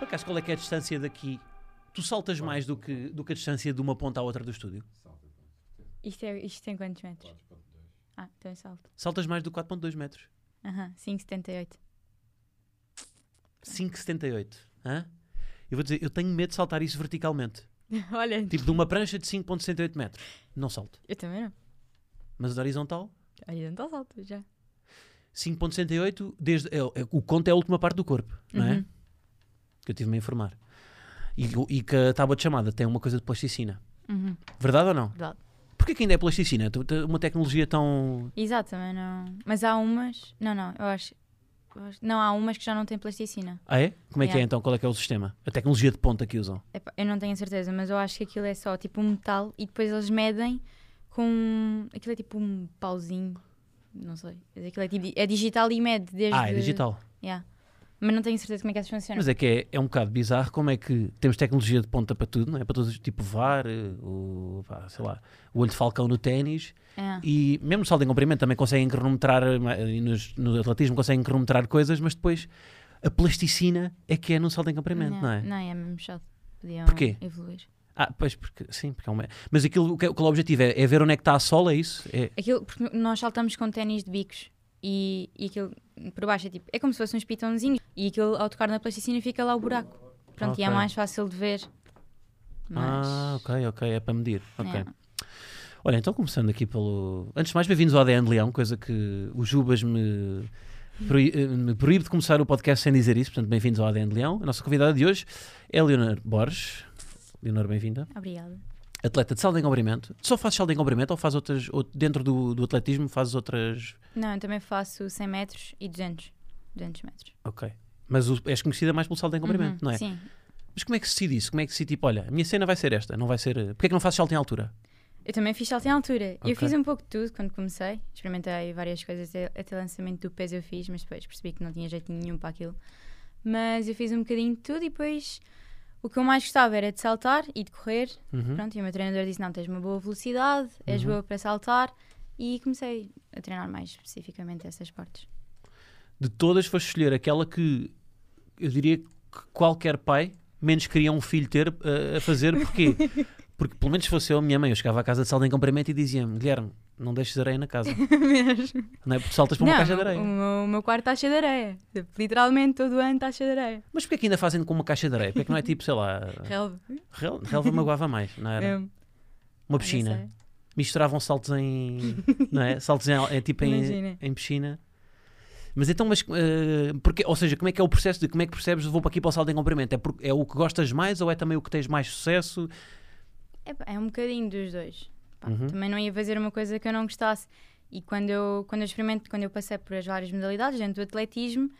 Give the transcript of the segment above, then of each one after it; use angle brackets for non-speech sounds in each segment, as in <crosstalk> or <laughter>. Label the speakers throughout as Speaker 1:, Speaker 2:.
Speaker 1: acaso qual é que é a distância daqui? Tu saltas mais do que, do que a distância de uma ponta à outra do estúdio?
Speaker 2: Salta, com certeza.
Speaker 3: Isto, é, isto tem quantos metros?
Speaker 2: 4.2.
Speaker 3: Ah, então eu salto.
Speaker 1: Saltas mais do que 4.2 metros.
Speaker 3: Aham, 5,78.
Speaker 1: 5,78. Hã? Eu vou dizer, eu tenho medo de saltar isso verticalmente.
Speaker 3: <laughs> Olha,
Speaker 1: Tipo de uma prancha de 5,68 metros. Não salto.
Speaker 3: eu também não.
Speaker 1: Mas de horizontal,
Speaker 3: Horizontal salto, já.
Speaker 1: 5.68, desde, é, é- o conto é a última parte do corpo, não é? Que eu tive-me a informar. E, o- e que a tábua de chamada tem uma coisa de plasticina.
Speaker 3: Uhum.
Speaker 1: Verdade ou não?
Speaker 3: Verdade.
Speaker 1: Porquê que ainda é plasticina? Tu- tu- Uma tecnologia tão...
Speaker 3: Exato, também não. Mas há umas. Não, não, eu acho. eu acho- Não, há umas que já não têm plasticina.
Speaker 1: Ah é? Como é que é
Speaker 3: Yeah.
Speaker 1: então? Qual é que é o sistema? A tecnologia de ponta que usam.
Speaker 3: Epá, eu não tenho a certeza, mas eu acho que aquilo é só tipo um metal e depois eles medem com. Aquilo é tipo um pauzinho. Não sei. Mas aquilo é, tipo, di- é digital e mede desde.
Speaker 1: Ah, é digital.
Speaker 3: Yeah. Mas não tenho certeza como é que essas funcionam.
Speaker 1: Mas é que é, é um bocado bizarro como é que temos tecnologia de ponta para tudo, não é? Para todos, tipo VAR, eh, o, pá, sei lá, o olho de falcão no ténis
Speaker 3: É.
Speaker 1: e mesmo no salto em comprimento também conseguem cronometrar, eh, ma- e nos- no atletismo conseguem cronometrar coisas, mas depois a plasticina é que é no salto em comprimento, não, é?
Speaker 3: Não, é mesmo chato. Podiam
Speaker 1: Porquê?
Speaker 3: evoluir.
Speaker 1: Ah, pois, porque, sim, porque é uma... Mas aquilo, o que é- qual é o objetivo? É, é ver onde é que está a sola, é isso? É,
Speaker 3: Aquilo, porque nós saltamos com ténis de bicos e, e aquilo por baixo é tipo. É como se fosse uns pitãozinhos e aquilo ao tocar na plasticina fica lá o buraco. Pronto, e é
Speaker 1: Ok.
Speaker 3: mais fácil de ver. Mas.
Speaker 1: Ah, ok, ok, é para medir. Ok.
Speaker 3: É.
Speaker 1: Olha, então começando aqui pelo. Antes de mais, bem-vindos ao ADN de Leão, coisa que o Jubas me, proí- eh, me proíbe de começar o podcast sem dizer isso, portanto, bem-vindos ao ADN de Leão. A nossa convidada de hoje é Leonor Borges. Leonor, bem-vinda.
Speaker 3: Obrigada.
Speaker 1: Atleta de salto em comprimento. Tu só fazes salto em comprimento ou faz outras. Ou dentro do, do atletismo fazes outras.
Speaker 3: Não, eu também faço 100 metros e 200. 200 metros.
Speaker 1: Ok. Mas o- és conhecida mais pelo salto em comprimento, não
Speaker 3: Uhum,
Speaker 1: é?
Speaker 3: Sim.
Speaker 1: Mas como é que se decide isso? Como é que se tipo, olha, a minha cena vai ser esta, não vai ser. Porquê é que não fazes salto em altura?
Speaker 3: Eu também fiz salto em altura.
Speaker 1: Ok.
Speaker 3: Eu fiz um pouco de tudo quando comecei. Experimentei várias coisas, até, até lançamento do peso eu fiz, mas depois percebi que não tinha jeito nenhum para aquilo. Mas eu fiz um bocadinho de tudo e depois o que eu mais gostava era de saltar e de correr.
Speaker 1: Uhum.
Speaker 3: Pronto, e o meu treinador disse: Não, tens uma boa velocidade, és boa para saltar. E comecei a treinar mais especificamente essas partes.
Speaker 1: de todas foste escolher aquela que eu diria que qualquer pai menos queria um filho ter uh, a fazer,
Speaker 3: <laughs>
Speaker 1: porquê? Porque pelo menos se fosse eu, a minha mãe, eu chegava à casa de salto em comprimento e dizia-me, Guilherme, não deixes areia na casa,
Speaker 3: <laughs> Mesmo.
Speaker 1: não é? Porque saltas para uma
Speaker 3: não, um
Speaker 1: caixa de
Speaker 3: o-
Speaker 1: areia.
Speaker 3: O, meu, o meu quarto está cheio de areia. Tipo, Literalmente todo ano está cheio de areia.
Speaker 1: Mas porquê é que ainda fazem com uma caixa de areia? Porquê que não é tipo, sei
Speaker 3: <laughs>
Speaker 1: lá,
Speaker 3: Relva.
Speaker 1: rel- relva magoava mais, não era?
Speaker 3: mesmo. é.
Speaker 1: Uma
Speaker 3: Não
Speaker 1: piscina.
Speaker 3: sei.
Speaker 1: Misturavam saltos em, não é? Saltos em, é tipo em,
Speaker 3: Imagina.
Speaker 1: em piscina. Mas então, mas, uh, porque, ou seja, como é que é o processo de como é que percebes vou para aqui para o salto em comprimento? É, por- é o que gostas mais ou é também o que tens mais sucesso?
Speaker 3: É, pá, é um bocadinho dos dois. Pá,
Speaker 1: Uhum.
Speaker 3: Também não ia fazer uma coisa que eu não gostasse. E quando eu, quando eu experimento, quando eu passei por as várias modalidades dentro do atletismo,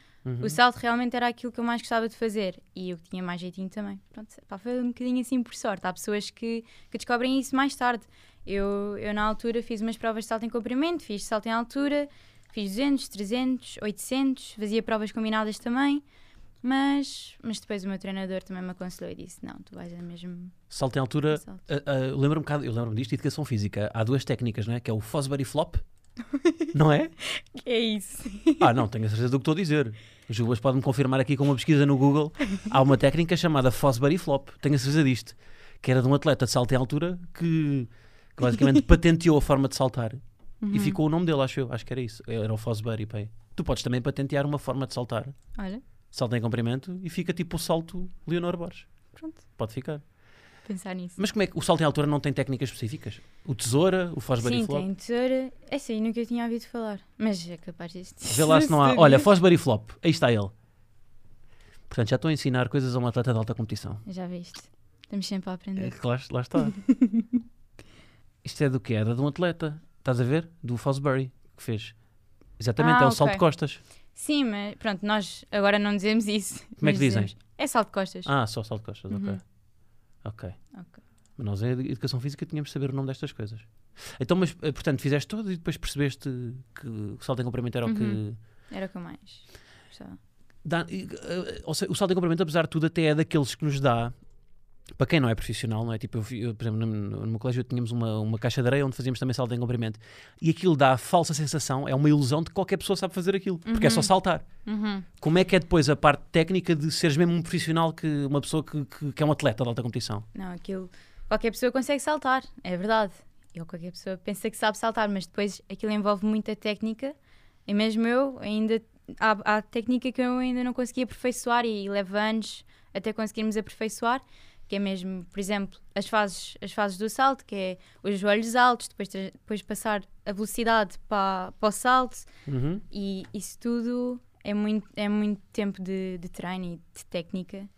Speaker 3: o salto realmente era aquilo que eu mais gostava de fazer e o que tinha mais jeitinho também. Pronto, pá, foi um bocadinho assim por sorte. Há pessoas que, que descobrem isso mais tarde. Eu, eu, na altura, fiz umas provas de salto em comprimento, fiz salto em altura, fiz 200, 300, 800, fazia provas combinadas também. Mas, mas depois o meu treinador também me aconselhou e disse: Não, tu vais a mesmo
Speaker 1: Salto em altura.
Speaker 3: salto.
Speaker 1: ah, ah, eu lembro-me um bocado- eu lembro-me disto, educação física. Há duas técnicas, não é? Que é o Fosbury Flop, não é?
Speaker 3: É isso.
Speaker 1: Ah, não, tenho a certeza do que estou a dizer. O Jubas pode-me confirmar aqui com uma pesquisa no Google. Há uma técnica chamada Fosbury Flop, tenho a certeza disto, que era de um atleta de salto em altura que, que
Speaker 3: <laughs>
Speaker 1: basicamente patenteou a forma de saltar
Speaker 3: Uhum.
Speaker 1: e ficou o nome dele, acho eu. Acho que era isso. Era o Fosbury, pai. Tu podes também patentear uma forma de saltar,
Speaker 3: Olha,
Speaker 1: salta em comprimento e fica tipo o salto Leonor Borges.
Speaker 3: pronto,
Speaker 1: Pode ficar.
Speaker 3: pensar nisso.
Speaker 1: Mas como é que o salto em altura não tem técnicas específicas? O tesoura, o fosbury
Speaker 3: Sim,
Speaker 1: flop?
Speaker 3: tem tesoura. Essa aí nunca eu tinha ouvido falar. Mas é capaz disso.
Speaker 1: Vê lá se não
Speaker 3: <laughs>
Speaker 1: há. Olha, fosbury flop, aí está ele. Portanto, já estou a ensinar coisas a um atleta de alta competição.
Speaker 3: Já viste. Estamos sempre
Speaker 1: É,
Speaker 3: a aprender.
Speaker 1: que lá, lá está.
Speaker 3: <laughs>
Speaker 1: Isto é do que era de um atleta, estás a ver? Do Fosbury que fez. Exatamente,
Speaker 3: Ah,
Speaker 1: é o
Speaker 3: ok.
Speaker 1: salto de costas.
Speaker 3: Sim, mas pronto, nós agora não dizemos isso.
Speaker 1: Como é que
Speaker 3: Mas
Speaker 1: dizem?
Speaker 3: dizemos, É salto de costas.
Speaker 1: Ah, só salto de costas, ok.
Speaker 3: Uhum.
Speaker 1: Ok.
Speaker 3: Ok.
Speaker 1: Mas nós, em educação física, tínhamos de saber o nome destas coisas. Então, mas, eh, portanto, fizeste tudo e depois percebeste que o salto em comprimento era o que.
Speaker 3: Uhum. Era o que eu mais gostava.
Speaker 1: dá- e, eh, ou seja, o salto em comprimento, apesar de tudo, até é daqueles que nos dá para quem não é profissional, não é? Tipo, eu, fi- eu, por exemplo, no, no meu colégio tínhamos uma, uma caixa de areia onde fazíamos também salto em comprimento. E aquilo dá a falsa sensação, é uma ilusão de que qualquer pessoa sabe fazer aquilo, porque é só saltar.
Speaker 3: Uhum.
Speaker 1: Como é que é depois a parte técnica de seres mesmo um profissional, que uma pessoa que, que, que é um atleta de alta competição?
Speaker 3: Não, aquilo. Qualquer pessoa consegue saltar, é verdade. Eu, qualquer pessoa pensa que sabe saltar, mas depois aquilo envolve muita técnica. E mesmo eu, ainda. Há, há técnica que eu ainda não consegui aperfeiçoar e leva anos até conseguirmos aperfeiçoar, que é mesmo, por exemplo, as fases, as fases do salto, que é os joelhos altos, depois, tra- depois passar a velocidade para, para o salto,
Speaker 1: Uhum.
Speaker 3: e isso tudo é muito, é muito tempo de, de treino e de técnica.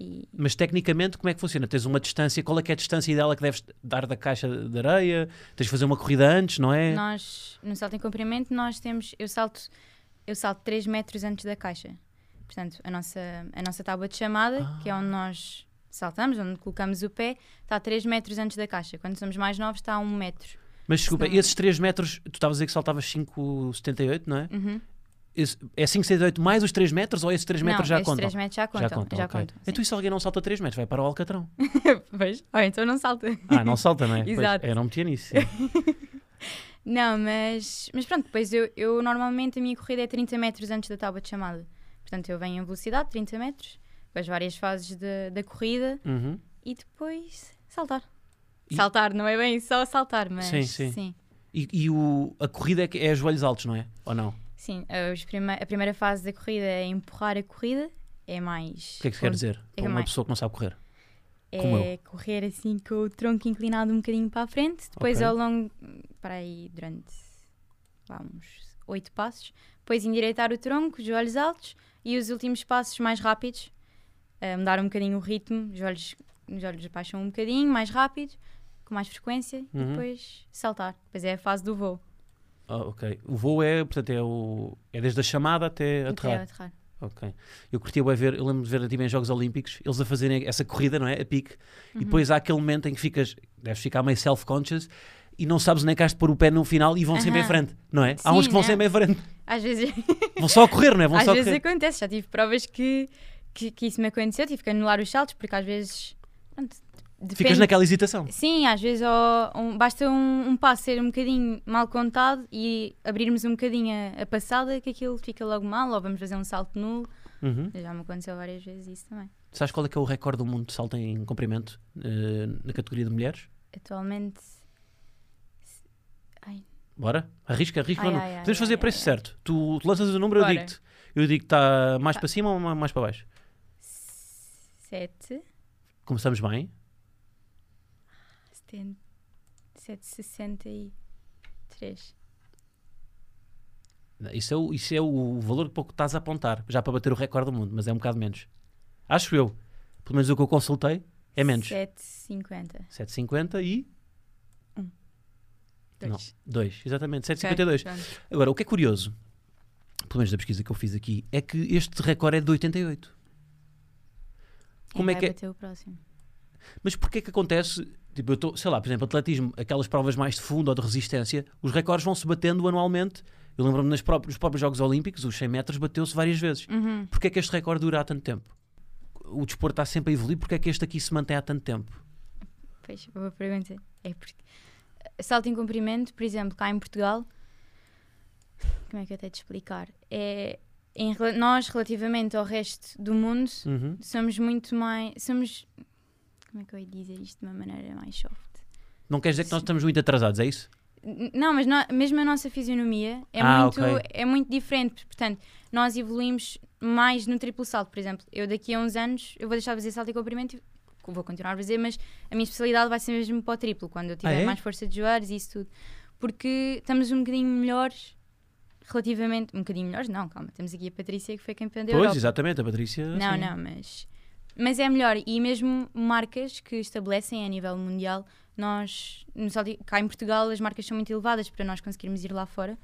Speaker 3: E
Speaker 1: Mas tecnicamente, como é que funciona? Tens uma distância, qual é que é a distância ideal que deves dar da caixa de areia? Tens de fazer uma corrida antes, não é?
Speaker 3: nós, no salto em comprimento, nós temos. Eu salto, eu salto 3 metros antes da caixa. Portanto, a nossa, a nossa tábua de chamada,
Speaker 1: Ah.
Speaker 3: que é onde nós saltamos, onde colocamos o pé, está 3 metros antes da caixa. Quando somos mais novos, está a 1 metro.
Speaker 1: Mas desculpa,
Speaker 3: Não.
Speaker 1: esses 3 metros, tu estavas a dizer que saltavas 5,78, não é?
Speaker 3: Uhum.
Speaker 1: Esse- é 5,78 mais os 3 metros ou esses 3 metros
Speaker 3: não,
Speaker 1: já
Speaker 3: esses
Speaker 1: contam?
Speaker 3: 3 metros já contam.
Speaker 1: já contam, ok.
Speaker 3: contam, sim.
Speaker 1: Então e se alguém não salta 3 metros? Vai para o
Speaker 3: <laughs>
Speaker 1: Alcatrão.
Speaker 3: Pois, ou então não salta.
Speaker 1: Ah, não salta, não é? Pois,
Speaker 3: Exato.
Speaker 1: eu não metia
Speaker 3: <laughs>
Speaker 1: nisso. sim.
Speaker 3: Não, mas, mas pronto, depois eu, eu normalmente a minha corrida é 30 metros antes da tábua de chamada. Portanto, eu venho em velocidade, 30 metros, com as várias fases da- da corrida
Speaker 1: Uhum.
Speaker 3: e depois saltar.
Speaker 1: E-
Speaker 3: Saltar, não é bem só saltar, mas
Speaker 1: Sim,
Speaker 3: sim.
Speaker 1: sim.
Speaker 3: sim. sim.
Speaker 1: E, e o, a corrida é, que- é a joelhos altos, não é? Ou não? O
Speaker 3: eh, os prime- a primeira fase da corrida é empurrar a corrida, é mais.
Speaker 1: que é que isso quer dizer? Para uma
Speaker 3: mais-
Speaker 1: pessoa que não sabe correr. como
Speaker 3: É correr assim com o tronco inclinado um bocadinho para a frente, depois
Speaker 1: Ok.
Speaker 3: ao longo, para aí durante lá, uns oito passos, depois endireitar o tronco, os joelhos altos e os últimos passos mais rápidos, eh, mudar um bocadinho o ritmo, os olhos, os olhos baixam um bocadinho, mais rápido, com mais frequência
Speaker 1: Uhum.
Speaker 3: e depois saltar. Depois é a fase do voo,
Speaker 1: Ah, ok. O voo é, portanto, é, o, é desde a chamada até
Speaker 3: até
Speaker 1: aterrar.
Speaker 3: aterrar.
Speaker 1: Ok. Eu curtia bué ver, eu lembro de ver a ti em Jogos Olímpicos, eles a fazerem essa corrida, não é? A pique.
Speaker 3: Uhum.
Speaker 1: E depois há aquele momento em que ficas, deves ficar meio self-conscious e não sabes nem que has de pôr o pé no final e vão sempre em
Speaker 3: Aham.
Speaker 1: frente, não é? há uns
Speaker 3: Sim,
Speaker 1: que vão
Speaker 3: né?
Speaker 1: sempre em frente.
Speaker 3: Às vezes
Speaker 1: Vão só a correr, <laughs> não é? Vão
Speaker 3: Às
Speaker 1: só a
Speaker 3: vezes
Speaker 1: correr.
Speaker 3: acontece, já tive provas que, que, que isso me aconteceu, tive que anular os saltos, porque às vezes. Pronto, depende.
Speaker 1: Ficas naquela hesitação.
Speaker 3: Sim, às vezes ó, um- basta um, um passo ser um bocadinho mal contado e abrirmos um bocadinho a, a passada que aquilo fica logo mal, ou vamos fazer um salto nulo.
Speaker 1: Uhum.
Speaker 3: Já me aconteceu várias vezes isso também.
Speaker 1: Sabes qual é que é o recorde do mundo de salto em comprimento eh, na categoria de mulheres?
Speaker 3: Atualmente. Ai,
Speaker 1: Bora? Arrisca, arrisca
Speaker 3: Ai,
Speaker 1: ou não?
Speaker 3: ai, ai,
Speaker 1: Podemos fazer
Speaker 3: ai,
Speaker 1: preço
Speaker 3: ai,
Speaker 1: certo. Tu, tu lanças o número, eu
Speaker 3: Bora. Tá.
Speaker 1: digo-te. Eu digo que está mais para cima ou ma- mais para baixo?
Speaker 3: sete
Speaker 1: Começamos bem.
Speaker 3: setenta- sete sessenta e três
Speaker 1: Isso é, o, isso é o valor para o que estás a apontar, já para bater o recorde do mundo, mas é um bocado menos. Acho eu. Pelo menos o que eu consultei é menos.
Speaker 3: sete cinquenta
Speaker 1: 7,50 e. Não,
Speaker 3: dois
Speaker 1: 2. Exatamente,
Speaker 3: Ok,
Speaker 1: 7,52.
Speaker 3: pronto.
Speaker 1: Agora, o que é curioso, pelo menos da pesquisa que eu fiz aqui, é que este recorde é de 88. Como é
Speaker 3: Quem vai
Speaker 1: que é-
Speaker 3: bater o próximo? Mas
Speaker 1: Mas porquê que acontece? Tipo, eu tô, sei lá, por exemplo, atletismo, aquelas provas mais de fundo ou de resistência, os recordes vão-se batendo anualmente. Eu lembro-me nas próprias- nos próprios Jogos Olímpicos, os 100 metros bateu-se várias vezes.
Speaker 3: Uhum.
Speaker 1: Porquê é que este recorde dura há tanto tempo? O desporto está sempre a evoluir, porquê é que este aqui se mantém há tanto tempo?
Speaker 3: Pois, boa pergunta. É porque. Salto em comprimento, por exemplo, cá em Portugal. Como é que eu tenho de explicar? É, em rela- nós, relativamente ao resto do mundo,
Speaker 1: Uhum.
Speaker 3: somos muito mais. Somos. Como é que eu ia dizer isto de uma maneira mais soft?
Speaker 1: Não quer dizer que nós estamos muito atrasados, é isso?
Speaker 3: N- Não, mas no- mesmo a nossa fisionomia é,
Speaker 1: Ah,
Speaker 3: muito,
Speaker 1: ok.
Speaker 3: é muito diferente. Portanto, nós evoluímos mais no triplo salto, por exemplo. Eu daqui a uns anos eu vou deixar de fazer salto e comprimento, e vou continuar a fazer, mas a minha especialidade vai ser mesmo para o triplo, quando eu tiver
Speaker 1: é?
Speaker 3: mais força de joelhos e isso tudo. Porque estamos um bocadinho melhores, relativamente. Um bocadinho melhores, não, calma. Temos aqui a Patrícia que foi campeã da
Speaker 1: pois,
Speaker 3: Europa.
Speaker 1: exatamente, a Patrícia.
Speaker 3: Não,
Speaker 1: sim.
Speaker 3: não, mas, mas é melhor. E mesmo marcas que estabelecem a nível mundial, nós, no salto- cá em Portugal, as marcas são muito elevadas para nós conseguirmos ir lá fora.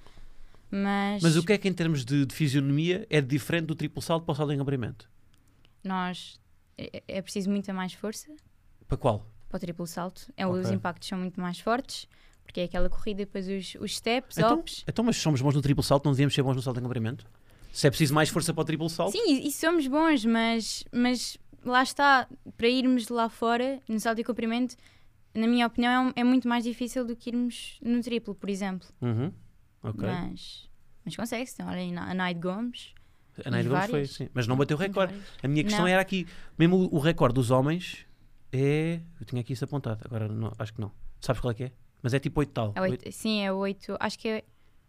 Speaker 3: Mas,
Speaker 1: Mas o que é que em termos de, de fisionomia é diferente do triplo salto para o salto em comprimento?
Speaker 3: nós é, é preciso muita mais força
Speaker 1: Para qual?
Speaker 3: para o triplo salto. É, Os
Speaker 1: Ok.
Speaker 3: impactos são muito mais fortes, porque é aquela corrida, depois os, os steps,
Speaker 1: Então,
Speaker 3: ups.
Speaker 1: então, mas se somos bons no triplo salto, não devíamos ser bons no salto em comprimento? Se é preciso mais força para o triplo salto?
Speaker 3: Sim, e, e somos bons, mas, mas lá está, para irmos lá fora, no salto e comprimento, na minha opinião, é, um- é muito mais difícil do que irmos no triplo, por exemplo.
Speaker 1: Uhum. Ok.
Speaker 3: Mas, mas consegue-se. Então, olha aí, na- a Naide Gomes.
Speaker 1: A Nair Gomes foi,
Speaker 3: várias.
Speaker 1: sim. Mas não bateu o
Speaker 3: muito
Speaker 1: recorde.
Speaker 3: várias.
Speaker 1: A minha questão
Speaker 3: Não.
Speaker 1: era aqui, mesmo o o recorde dos homens é. Eu tinha aqui isso apontado, agora não- acho que não. Sabes qual é que é? Mas é tipo 8 tal.
Speaker 3: É
Speaker 1: Oito-
Speaker 3: oito- sim, é oito. Acho que é.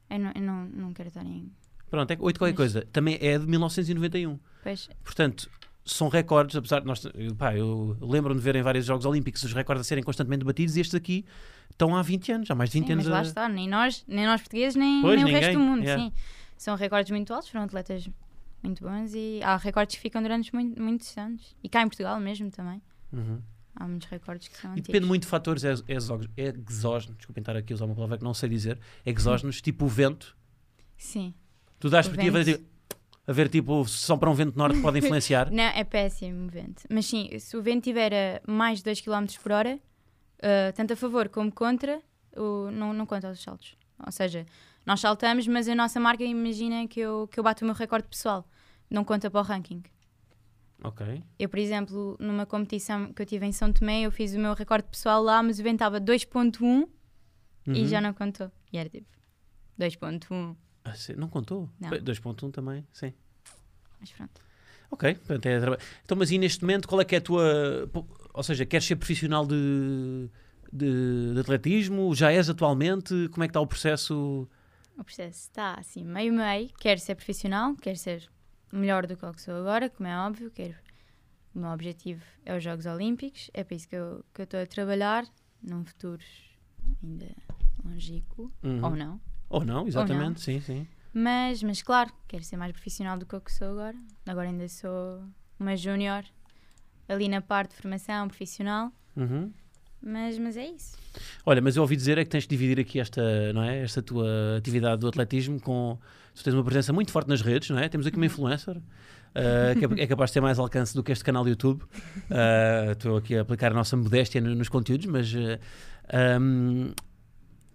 Speaker 3: Eu não, eu não, não quero estar em.
Speaker 1: Pronto, é 8 qualquer
Speaker 3: Mas-
Speaker 1: coisa. Também é de 1991.
Speaker 3: Pois,
Speaker 1: Portanto, são recordes, apesar de nós. eu- Pá, eu lembro-me de ver em vários Jogos Olímpicos os recordes a serem constantemente batidos e estes aqui estão há 20 anos, há mais de 20
Speaker 3: sim,
Speaker 1: anos
Speaker 3: mas lá
Speaker 1: a-
Speaker 3: está. Nem nós, nem nós portugueses, nem,
Speaker 1: Pois,
Speaker 3: nem o
Speaker 1: ninguém,
Speaker 3: resto do mundo.
Speaker 1: yeah.
Speaker 3: Sim. São recordes muito altos, foram atletas muito bons e há recordes que ficam durante muito, muitos anos. E cá em Portugal mesmo também.
Speaker 1: Uhum.
Speaker 3: Há muitos recordes que são
Speaker 1: E
Speaker 3: antigos.
Speaker 1: depende muito de fatores É, ex- exog- exógenos, desculpem estar aqui a usar uma palavra que não sei dizer,
Speaker 3: Uhum.
Speaker 1: exógenos, tipo o vento.
Speaker 3: Sim.
Speaker 1: Tu dás
Speaker 3: O
Speaker 1: por ti a ver,
Speaker 3: vento.
Speaker 1: tipo, a ver, tipo, se são para um vento norte
Speaker 3: <laughs>
Speaker 1: pode influenciar.
Speaker 3: Não, é péssimo o vento. Mas sim, se o vento tiver a mais de 2 km por hora, ah, tanto a favor como contra, o- não, não conta os saltos. Ou seja, nós saltamos, mas a nossa marca, imagina que eu, que eu bato o meu recorde pessoal, não conta para o ranking.
Speaker 1: ok.
Speaker 3: Eu, por exemplo, numa competição que eu tive em São Tomé, eu fiz o meu recorde pessoal lá, mas o vento estava 2.1 e
Speaker 1: Uhum.
Speaker 3: já não contou. E era tipo 2.1,
Speaker 1: Ah, sim, Não contou?
Speaker 3: Não.
Speaker 1: Bem, 2.1 também, sim.
Speaker 3: mas pronto.
Speaker 1: Ok, portanto é traba- Então, mas e neste momento, qual é que é a tua. po- Ou seja, queres ser profissional de, de, de atletismo? Já és atualmente? Como é que está o processo?
Speaker 3: O processo está assim, meio-meio. Quero ser profissional, quero ser melhor do que o que sou agora, como é óbvio. Quero... O meu objetivo é os Jogos Olímpicos, é para isso que eu que eu estou a trabalhar, num futuro ainda longínquo,
Speaker 1: Uhum.
Speaker 3: ou não.
Speaker 1: Ou não, exatamente, sim, sim.
Speaker 3: Mas, mas claro, quero ser mais profissional do que eu que sou agora. Agora ainda sou uma júnior ali na parte de formação profissional,
Speaker 1: Uhum.
Speaker 3: mas, mas é isso.
Speaker 1: Olha, mas eu ouvi dizer é que tens de dividir aqui esta, não é? esta tua atividade do atletismo com. Tu tens uma presença muito forte nas redes, não é? Temos aqui uma influencer. ah, que é- é capaz de ter mais alcance do que este canal do YouTube. Ah, Estou aqui a aplicar a nossa modéstia no- nos conteúdos, mas. ah, ahm,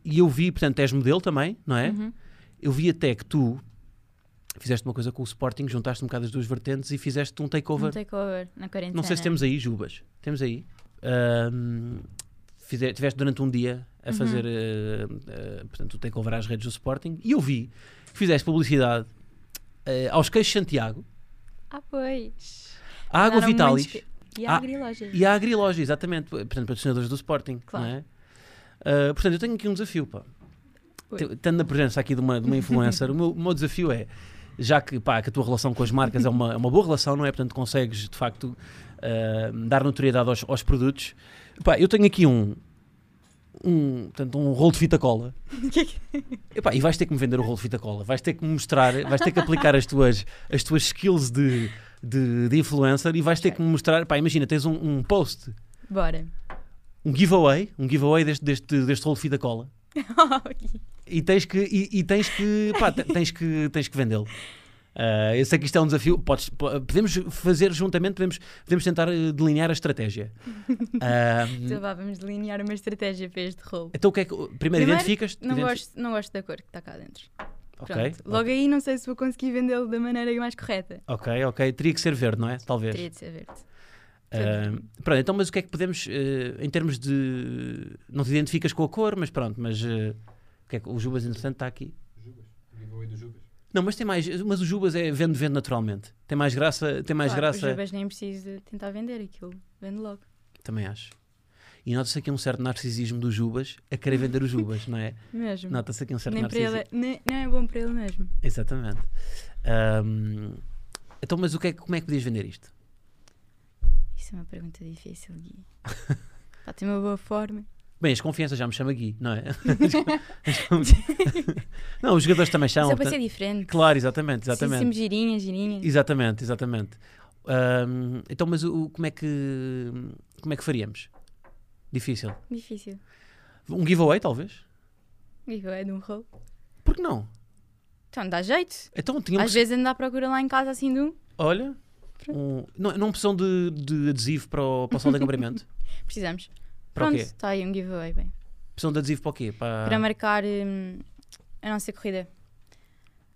Speaker 1: e eu vi, portanto, és modelo também, não é?
Speaker 3: Uhum.
Speaker 1: Eu vi até que tu fizeste uma coisa com o Sporting, juntaste um bocado as duas vertentes e fizeste um takeover.
Speaker 3: Um takeover na quarentena.
Speaker 1: Não sei se temos aí, Jubas. Temos aí. Ahm, fize- tiveste durante um dia
Speaker 3: Uhum.
Speaker 1: a fazer eh, eh, portanto, o takeover às redes do Sporting e eu vi que fizeste publicidade eh, aos queijos Santiago,
Speaker 3: Ah, pois.
Speaker 1: à Água
Speaker 3: Mandaram-me
Speaker 1: Vitalis
Speaker 3: muitos que- E
Speaker 1: Ah,
Speaker 3: a agriloja.
Speaker 1: e à Agriloja, exatamente. Portanto, patrocinadores do Sporting.
Speaker 3: Claro.
Speaker 1: não é? Ah, portanto, eu tenho aqui um desafio, pá.
Speaker 3: Oi.
Speaker 1: Te- Tendo na presença aqui de uma, de uma influencer, o meu, o meu desafio é, já que, pá, que a tua relação com as marcas é uma, é uma boa relação, não é? Portanto, consegues, de facto, ah, dar notoriedade aos, aos produtos. Pá, eu tenho aqui um, um, portanto, um rolo de fita
Speaker 3: <laughs>
Speaker 1: cola. Epá, e vais ter que me vender o rolo de fita cola, vais ter que me mostrar, vais ter que aplicar as tuas, as tuas skills de, de, de influencer e vais ter que me mostrar. Pá, imagina, tens um, um post,
Speaker 3: Bora.
Speaker 1: um giveaway, um giveaway deste, deste, deste rolo de fita cola
Speaker 3: <laughs>
Speaker 1: e tens que, e, e tens que, pá, te- tens que, tens que vendê-lo. Ah, eu sei que isto é um desafio, podes- po- podemos fazer juntamente, podemos, podemos tentar eh, delinear a
Speaker 3: <laughs>
Speaker 1: estratégia. Ah,
Speaker 3: então vá, vamos delinear uma estratégia para este rolo.
Speaker 1: então o que é que. Primeiro, identificas?
Speaker 3: Não,
Speaker 1: identifi-
Speaker 3: gosto, não gosto da cor que está cá dentro.
Speaker 1: Ok,
Speaker 3: Pronto. Logo aí não sei se vou conseguir vendê-lo da maneira mais correta.
Speaker 1: ok, ok. Teria que ser verde, não é? Talvez.
Speaker 3: Teria de ser verde.
Speaker 1: Ah, pronto, então, mas o que é que podemos, eh, em termos de. Não te identificas com a cor, mas pronto, mas. eh, o, que é que- o Jubas, entretanto, está aqui.
Speaker 2: Giveaway do Jubas.
Speaker 1: Não, mas tem mais. Mas o Jubas é vende, vende naturalmente. Tem mais graça. Tem mais
Speaker 3: Claro,
Speaker 1: graça.
Speaker 3: Os jubas nem preciso de tentar vender aquilo. Vendo logo.
Speaker 1: Também acho. E nota-se aqui um certo narcisismo do Jubas a querer vender o Jubas, não
Speaker 3: <laughs>
Speaker 1: é?
Speaker 3: Mesmo.
Speaker 1: Nota-se aqui um certo
Speaker 3: Nem para
Speaker 1: narcisismo.
Speaker 3: ele, nem- não é bom para ele mesmo.
Speaker 1: Exatamente. Ahm, então, mas o que é, que- como é que podias vender isto?
Speaker 3: Isso é uma pergunta difícil,
Speaker 1: <laughs>
Speaker 3: Gui. Pá, tem uma boa forma.
Speaker 1: Bem, as confianças já me chama Gui, não
Speaker 3: <laughs>
Speaker 1: é? não, os jogadores também chamam.
Speaker 3: Só é para ser
Speaker 1: portanto-
Speaker 3: diferente.
Speaker 1: Claro, exatamente,
Speaker 3: Exatamente.
Speaker 1: Então, exatamente.
Speaker 3: Sempre girinha, girinha.
Speaker 1: Exatamente, exatamente. Ahm, então, mas o, o- como é que como é que faríamos? Difícil.
Speaker 3: Difícil.
Speaker 1: Um giveaway, talvez?
Speaker 3: Giveaway de um rolo.
Speaker 1: Por que não?
Speaker 3: Então dá jeito.
Speaker 1: Então tínhamos.
Speaker 3: Às vezes ando à procura lá em casa assim de um.
Speaker 1: Olha. Um, não, não opção de, de adesivo para o, para o sol de
Speaker 3: <laughs>
Speaker 1: acompanhamento.
Speaker 3: Precisamos.
Speaker 1: Para o
Speaker 3: Pronto,
Speaker 1: quê?
Speaker 3: está aí um giveaway. Bem.
Speaker 1: Opção de adesivo para o quê? Para,
Speaker 3: Para marcar hum, a nossa corrida.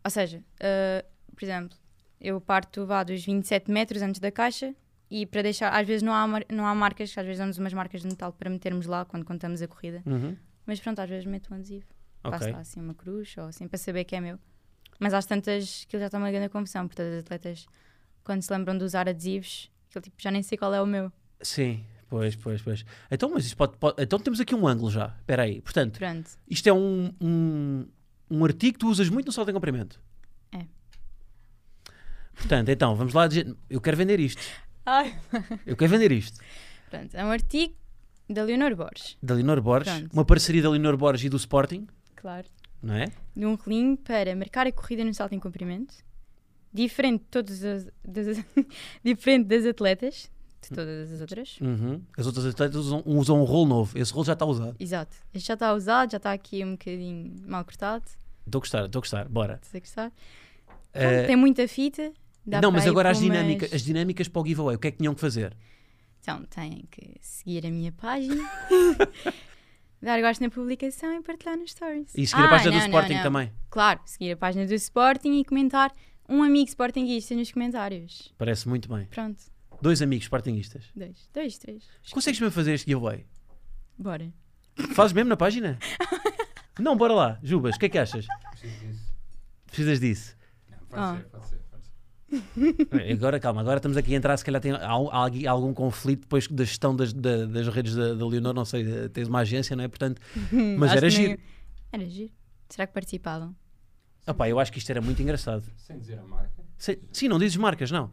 Speaker 3: Ou seja, ah, por exemplo, eu parto vá dos 27 metros antes da caixa E para deixar, às vezes não há, mar- não há marcas, às vezes damos umas marcas de Natal para metermos lá quando contamos a corrida.
Speaker 1: Uhum.
Speaker 3: Mas pronto, às vezes meto um adesivo. Passo
Speaker 1: Ok.
Speaker 3: lá assim uma cruz ou assim para saber que é meu. Mas às tantas aquilo já está uma grande confusão, porque todas as atletas, quando se lembram de usar adesivos, aquilo tipo já nem sei qual é o meu.
Speaker 1: Sim, pois, pois, pois. Então, mas isto pode, pode- Então temos aqui um ângulo já. Espera aí. Portanto,
Speaker 3: Pronto.
Speaker 1: isto é um, um, um artigo que tu usas muito no salto em comprimento.
Speaker 3: É.
Speaker 1: Portanto, então, vamos lá. dizer- Eu quero vender isto.
Speaker 3: Ai.
Speaker 1: Eu quero vender isto.
Speaker 3: Pronto, é um artigo da Leonor Borges,
Speaker 1: Da Leonor Borges.
Speaker 3: Pronto.
Speaker 1: Uma parceria da Leonor Borges e do Sporting,
Speaker 3: claro.
Speaker 1: não é?
Speaker 3: De um relinho para marcar a corrida no salto em comprimento, diferente de todas as, das, <laughs> diferente das atletas, de todas as outras.
Speaker 1: Uhum. As outras atletas usam, usam um rolo novo. Esse rolo já está usado.
Speaker 3: Exato. Este já está usado, já está aqui um bocadinho mal cortado,
Speaker 1: Estou a gostar, estou a gostar. Bora.
Speaker 3: se gostar.
Speaker 1: Eh,
Speaker 3: Pronto, tem muita fita. um dá
Speaker 1: não,
Speaker 3: para um
Speaker 1: mas
Speaker 3: ir
Speaker 1: agora
Speaker 3: por
Speaker 1: as
Speaker 3: umas-
Speaker 1: dinâmicas, as dinâmicas para o giveaway, o que é que tinham que fazer?
Speaker 3: Então, têm que seguir a
Speaker 1: <laughs>
Speaker 3: minha página, dar gosto na publicação e partilhar nos stories.
Speaker 1: E seguir
Speaker 3: Ah,
Speaker 1: a página
Speaker 3: não,
Speaker 1: do
Speaker 3: não,
Speaker 1: Sporting
Speaker 3: não.
Speaker 1: também.
Speaker 3: Claro, seguir a página do Sporting e comentar um amigo Sportingista nos comentários.
Speaker 1: Parece muito bem.
Speaker 3: Pronto,
Speaker 1: Dois amigos sportinguistas.
Speaker 3: dois, dois, três.
Speaker 1: Consegues mesmo fazer este giveaway?
Speaker 3: Bora.
Speaker 1: Fazes mesmo na
Speaker 3: <laughs>
Speaker 1: página? não, bora lá. Jubas, o que é que achas?
Speaker 2: Preciso disso.
Speaker 1: Precisas
Speaker 3: <laughs>
Speaker 1: disso? Eh,
Speaker 2: Não,
Speaker 3: Ah.
Speaker 2: pode ser, pode ser, pode ser.
Speaker 1: Agora, calma, agora estamos aqui a entrar. Se calhar tem há, um- há aqui algum conflito depois da gestão das, da- das redes da, da Leonor. Não sei, eh, tens uma agência, não é? Portanto, mas
Speaker 3: Hum, Acho
Speaker 1: era
Speaker 3: que nem-
Speaker 1: giro.
Speaker 3: Era giro. Será que participavam?
Speaker 1: Opá, eu acho que isto era muito engraçado.
Speaker 2: Sem dizer a marca.
Speaker 1: Sei- Sim, não dizes marcas, não.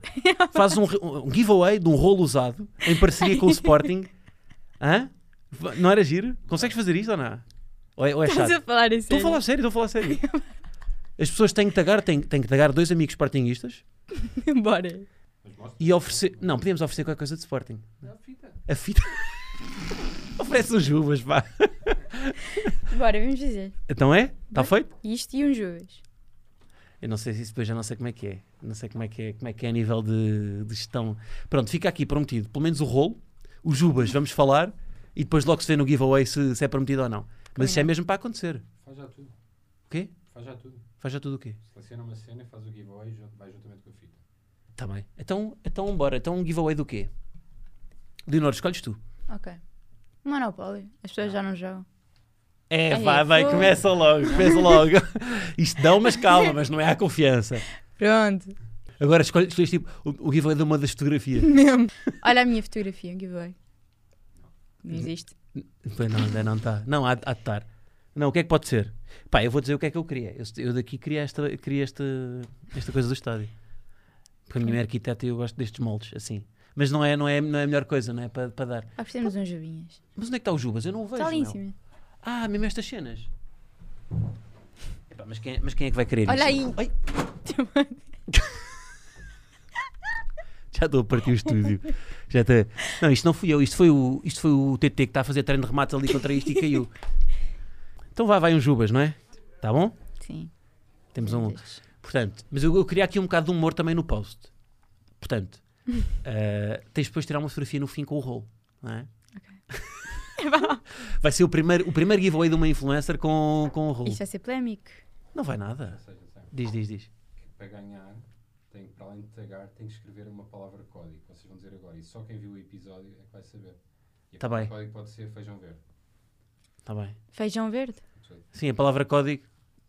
Speaker 1: Fazes um, re- um giveaway de um rolo usado em parceria com o
Speaker 3: <laughs>
Speaker 1: Sporting. Hã? Va- Não era giro? Consegues fazer isso ou não? Ou é, ou é
Speaker 3: Estás a
Speaker 1: chato?
Speaker 3: falar assim.
Speaker 1: Estou a falar sério, estou a falar sério. As pessoas têm que tagar, têm, têm que tagar dois amigos sportinguistas
Speaker 3: Bora.
Speaker 2: Mas mostra.
Speaker 1: e oferecer. Não, podíamos oferecer qualquer coisa de Sporting.
Speaker 2: Dá a fita.
Speaker 1: A fita. <laughs> Oferece uns juvas, pá.
Speaker 3: Bora, vamos fazer.
Speaker 1: Então é? Está feito?
Speaker 3: Isto e um Juves.
Speaker 1: Eu não sei se isso depois já não sei como é que é. Não sei como é que é, como é, que é a nível de, de gestão. Pronto, fica aqui prometido. Pelo menos o rolo, os jubas, vamos falar e depois logo se vê no giveaway se, se é prometido ou não. Mas isso é
Speaker 3: Combinado.
Speaker 1: mesmo para acontecer.
Speaker 2: Faz já tudo.
Speaker 1: O quê?
Speaker 2: Faz já tudo.
Speaker 1: Faz já tudo o quê?
Speaker 2: Seleciona uma cena e faz o giveaway e junto- vai juntamente com a fita.
Speaker 1: Está bem. Então, então bora. Então um giveaway do quê? Leonor, escolhes tu.
Speaker 3: Ok. Um Ah. Monopólio. As pessoas já não jogam.
Speaker 1: É,
Speaker 3: Ai,
Speaker 1: vai, vai,
Speaker 3: foi.
Speaker 1: começa logo, começa logo. <laughs> Isto dá umas calma, mas não é a confiança.
Speaker 3: Pronto. <laughs>
Speaker 1: Agora escolhe- escolhes tipo o, o giveaway de uma das fotografias.
Speaker 3: Olha a minha fotografia, um giveaway. Não existe.
Speaker 1: Pois não, ainda não está. Não, há, há de estar. Não, o que é que pode ser? Pá, eu vou dizer o que é que eu queria. Eu, eu daqui queria, esta, queria esta, esta coisa do estádio. Porque a minha mãe é arquiteta e eu gosto destes moldes, assim. Mas não é, não é, não é a melhor coisa, não é? Para, para dar.
Speaker 3: Oferecemos uns jovinhas.
Speaker 1: Mas onde é que está o Jubas? Eu não o vejo.
Speaker 3: Está ali em
Speaker 1: meu.
Speaker 3: cima.
Speaker 1: Ah, mesmo estas cenas. Epá, mas, quem, mas quem é que vai querer
Speaker 3: Olha
Speaker 1: isso?
Speaker 3: aí.
Speaker 1: Ai.
Speaker 3: <laughs>
Speaker 1: Já estou a partir o estúdio. Já está. Não, isto não fui eu, isto foi, o, isto foi o TT que está a fazer treino de remates ali contra isto e caiu.
Speaker 3: <laughs>
Speaker 1: Então vá, vai um Jubas, não é? Tá bom?
Speaker 3: Sim.
Speaker 1: Temos um.
Speaker 3: Destes.
Speaker 1: Portanto, mas eu, eu queria aqui um bocado de humor também no post. Portanto, eh, tens depois de tirar uma fotografia no fim com o rolo, não é? Vai ser o primeiro, o primeiro giveaway de uma influencer com, com o rolo.
Speaker 3: Isto vai ser polémico.
Speaker 1: Não vai nada.
Speaker 2: Ou seja, sabe,
Speaker 1: Diz, diz, diz.
Speaker 2: que para ganhar, tem, que, para além de tagar, tem que escrever uma palavra código. Vocês vão dizer agora. E só quem viu o episódio é que vai saber. E a
Speaker 1: Tá
Speaker 2: palavra
Speaker 1: bem.
Speaker 2: código pode ser feijão verde.
Speaker 1: Está Tá bem.
Speaker 3: Feijão verde.
Speaker 1: Sim, a palavra código.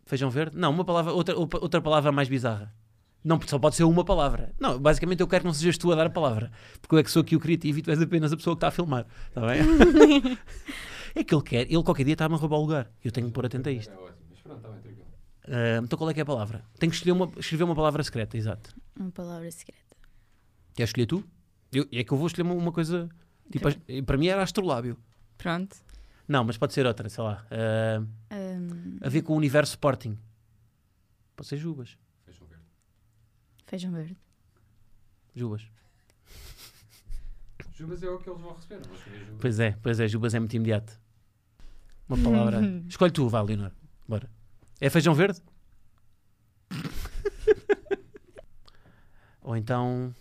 Speaker 1: Feijão verde? Não, uma palavra, outra, outra outra palavra mais bizarra. Não, porque só pode ser uma palavra. Não, basicamente eu quero que não sejas tu a dar a palavra. Porque eu é que sou aqui o criativo e tu és apenas a pessoa que está a filmar. Está bem? é que ele quer, ele qualquer dia está-me a roubar o lugar. Eu tenho que pôr atento a isto.
Speaker 2: Era é ótimo. Mas pronto, está bem, tranquilo.
Speaker 1: Ah, então qual é que é a palavra? Tenho que escolher uma, escrever uma palavra secreta, exato.
Speaker 3: Uma palavra secreta.
Speaker 1: Queres escolher tu? Eu, é que eu vou escolher uma, uma coisa. Tipo, as- para mim era astrolábio.
Speaker 3: Pronto.
Speaker 1: Não, mas pode ser outra, sei lá. Ah,
Speaker 3: Ahm,
Speaker 1: a ver com o universo Sporting. Pode ser Jubas.
Speaker 2: Feijão verde.
Speaker 3: feijão verde.
Speaker 1: Jubas.
Speaker 2: Jubas é o que eles vão receber. Vão escrever Jubas.
Speaker 1: Pois é, pois é, Jubas é muito imediato. Uma palavra. Escolhe tu, vá, Leonor. Bora. É feijão verde? <laughs> Ou então.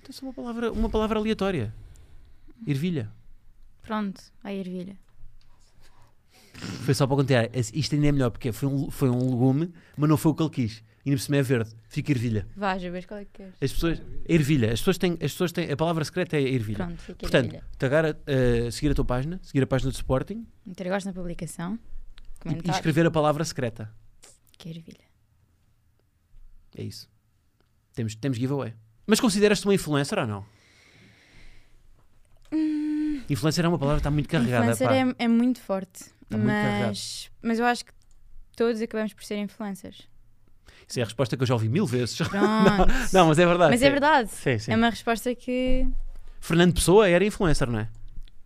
Speaker 1: Então só uma palavra, uma palavra aleatória. Ervilha.
Speaker 3: Pronto. A ervilha.
Speaker 1: Foi só para contar. Esse- Isto ainda é melhor, porque foi um, foi um legume, mas não foi o que ele quis. Ainda por cima é verde. Fica ervilha.
Speaker 3: Vá, Jubas, qual é que queres?
Speaker 1: As pessoas. Ervilha. As pessoas têm. As pessoas têm a palavra secreta é ervilha.
Speaker 3: Pronto, fica a
Speaker 1: Portanto,
Speaker 3: ervilha.
Speaker 1: tagar a- eh, seguir a tua página, seguir a página do Sporting
Speaker 3: Entregares na publicação.
Speaker 1: e- e,
Speaker 3: Comentar.
Speaker 1: escrever a palavra secreta.
Speaker 3: Que ervilha.
Speaker 1: É isso. Temos, temos giveaway. Mas consideras-te uma influencer ou não? Influencer é uma palavra que está muito carregada.
Speaker 3: Hum. influencer
Speaker 1: pá.
Speaker 3: é, é muito forte.
Speaker 1: Tá muito carregado.
Speaker 3: mas, mas eu acho que todos acabamos por ser
Speaker 1: <laughs>
Speaker 3: influencers.
Speaker 1: Isso é a resposta que eu já ouvi mil vezes. <laughs>
Speaker 3: Pronto.
Speaker 1: Não, mas é verdade.
Speaker 3: mas é
Speaker 1: sim.
Speaker 3: verdade.
Speaker 1: Sim, sim.
Speaker 3: É uma resposta que
Speaker 1: Fernando Pessoa era influencer, não é?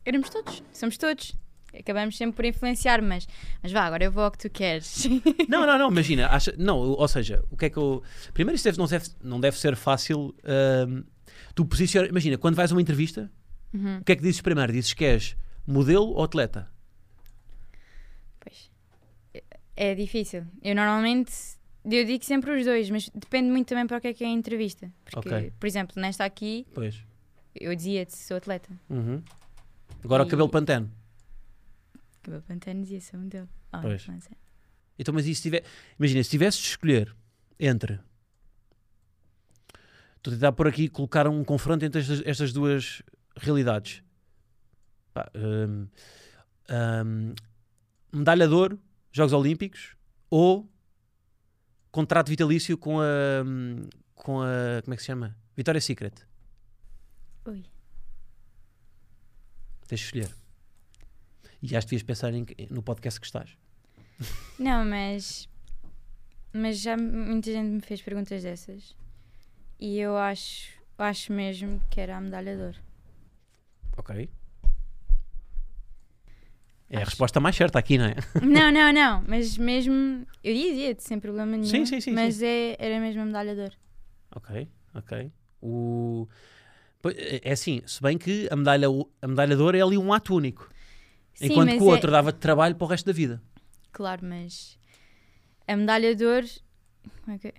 Speaker 3: éramos todos. Somos todos. Acabamos sempre por influenciar, mas, mas vá, agora eu vou ao que
Speaker 1: <laughs>
Speaker 3: tu queres.
Speaker 1: Não, não, não, imagina. acha- não, ou seja, o que é que eu. Primeiro, isso deve- não, deve, não deve ser fácil. ahm, tu posicionar. Imagina, quando vais a uma entrevista, o que é que dizes primeiro? Dizes que és modelo ou atleta?
Speaker 3: Pois. É difícil. Eu normalmente eu digo sempre os dois, mas depende muito também para o que é que é a entrevista. Porque,
Speaker 1: Ok.
Speaker 3: por exemplo, nesta aqui
Speaker 1: Pois.
Speaker 3: eu dizia-te sou atleta.
Speaker 1: Uhum. Agora o cabelo
Speaker 3: E-
Speaker 1: pantano.
Speaker 3: Cabelo pantano dizia sou modelo. Ah,
Speaker 1: Pois.
Speaker 3: não sei.
Speaker 1: Então, mas e se tiver. Imagina, se tivesse de escolher entre. Estou a tentar por aqui colocar um confronto entre estas, estas duas realidades. Pá, hum, hum, medalha de ouro, Jogos Olímpicos ou contrato vitalício com a. hum, com a. como é que se chama? Vitória Secret.
Speaker 3: Ui.
Speaker 1: Tens de escolher. E acho que devias pensar em que- no podcast que estás.
Speaker 3: Não, mas. Mas já muita gente me fez perguntas dessas. E eu acho, acho mesmo que era a
Speaker 1: <laughs>
Speaker 3: medalha de ouro.
Speaker 1: Ok. É a resposta mais certa aqui, não é?
Speaker 3: não, não, não. Mas mesmo. Eu dizia-te sem problema nenhum.
Speaker 1: Sim, sim, sim,
Speaker 3: Mas É, era mesmo a medalha de ouro.
Speaker 1: Ok, ok. O... Pois, É é assim, se bem que a medalha, a medalha de ouro é ali um ato único.
Speaker 3: Sim,
Speaker 1: enquanto
Speaker 3: mas
Speaker 1: que o
Speaker 3: é-
Speaker 1: outro dava-te trabalho para o resto da vida.
Speaker 3: Claro, mas. A medalha de ouro. Como é que é?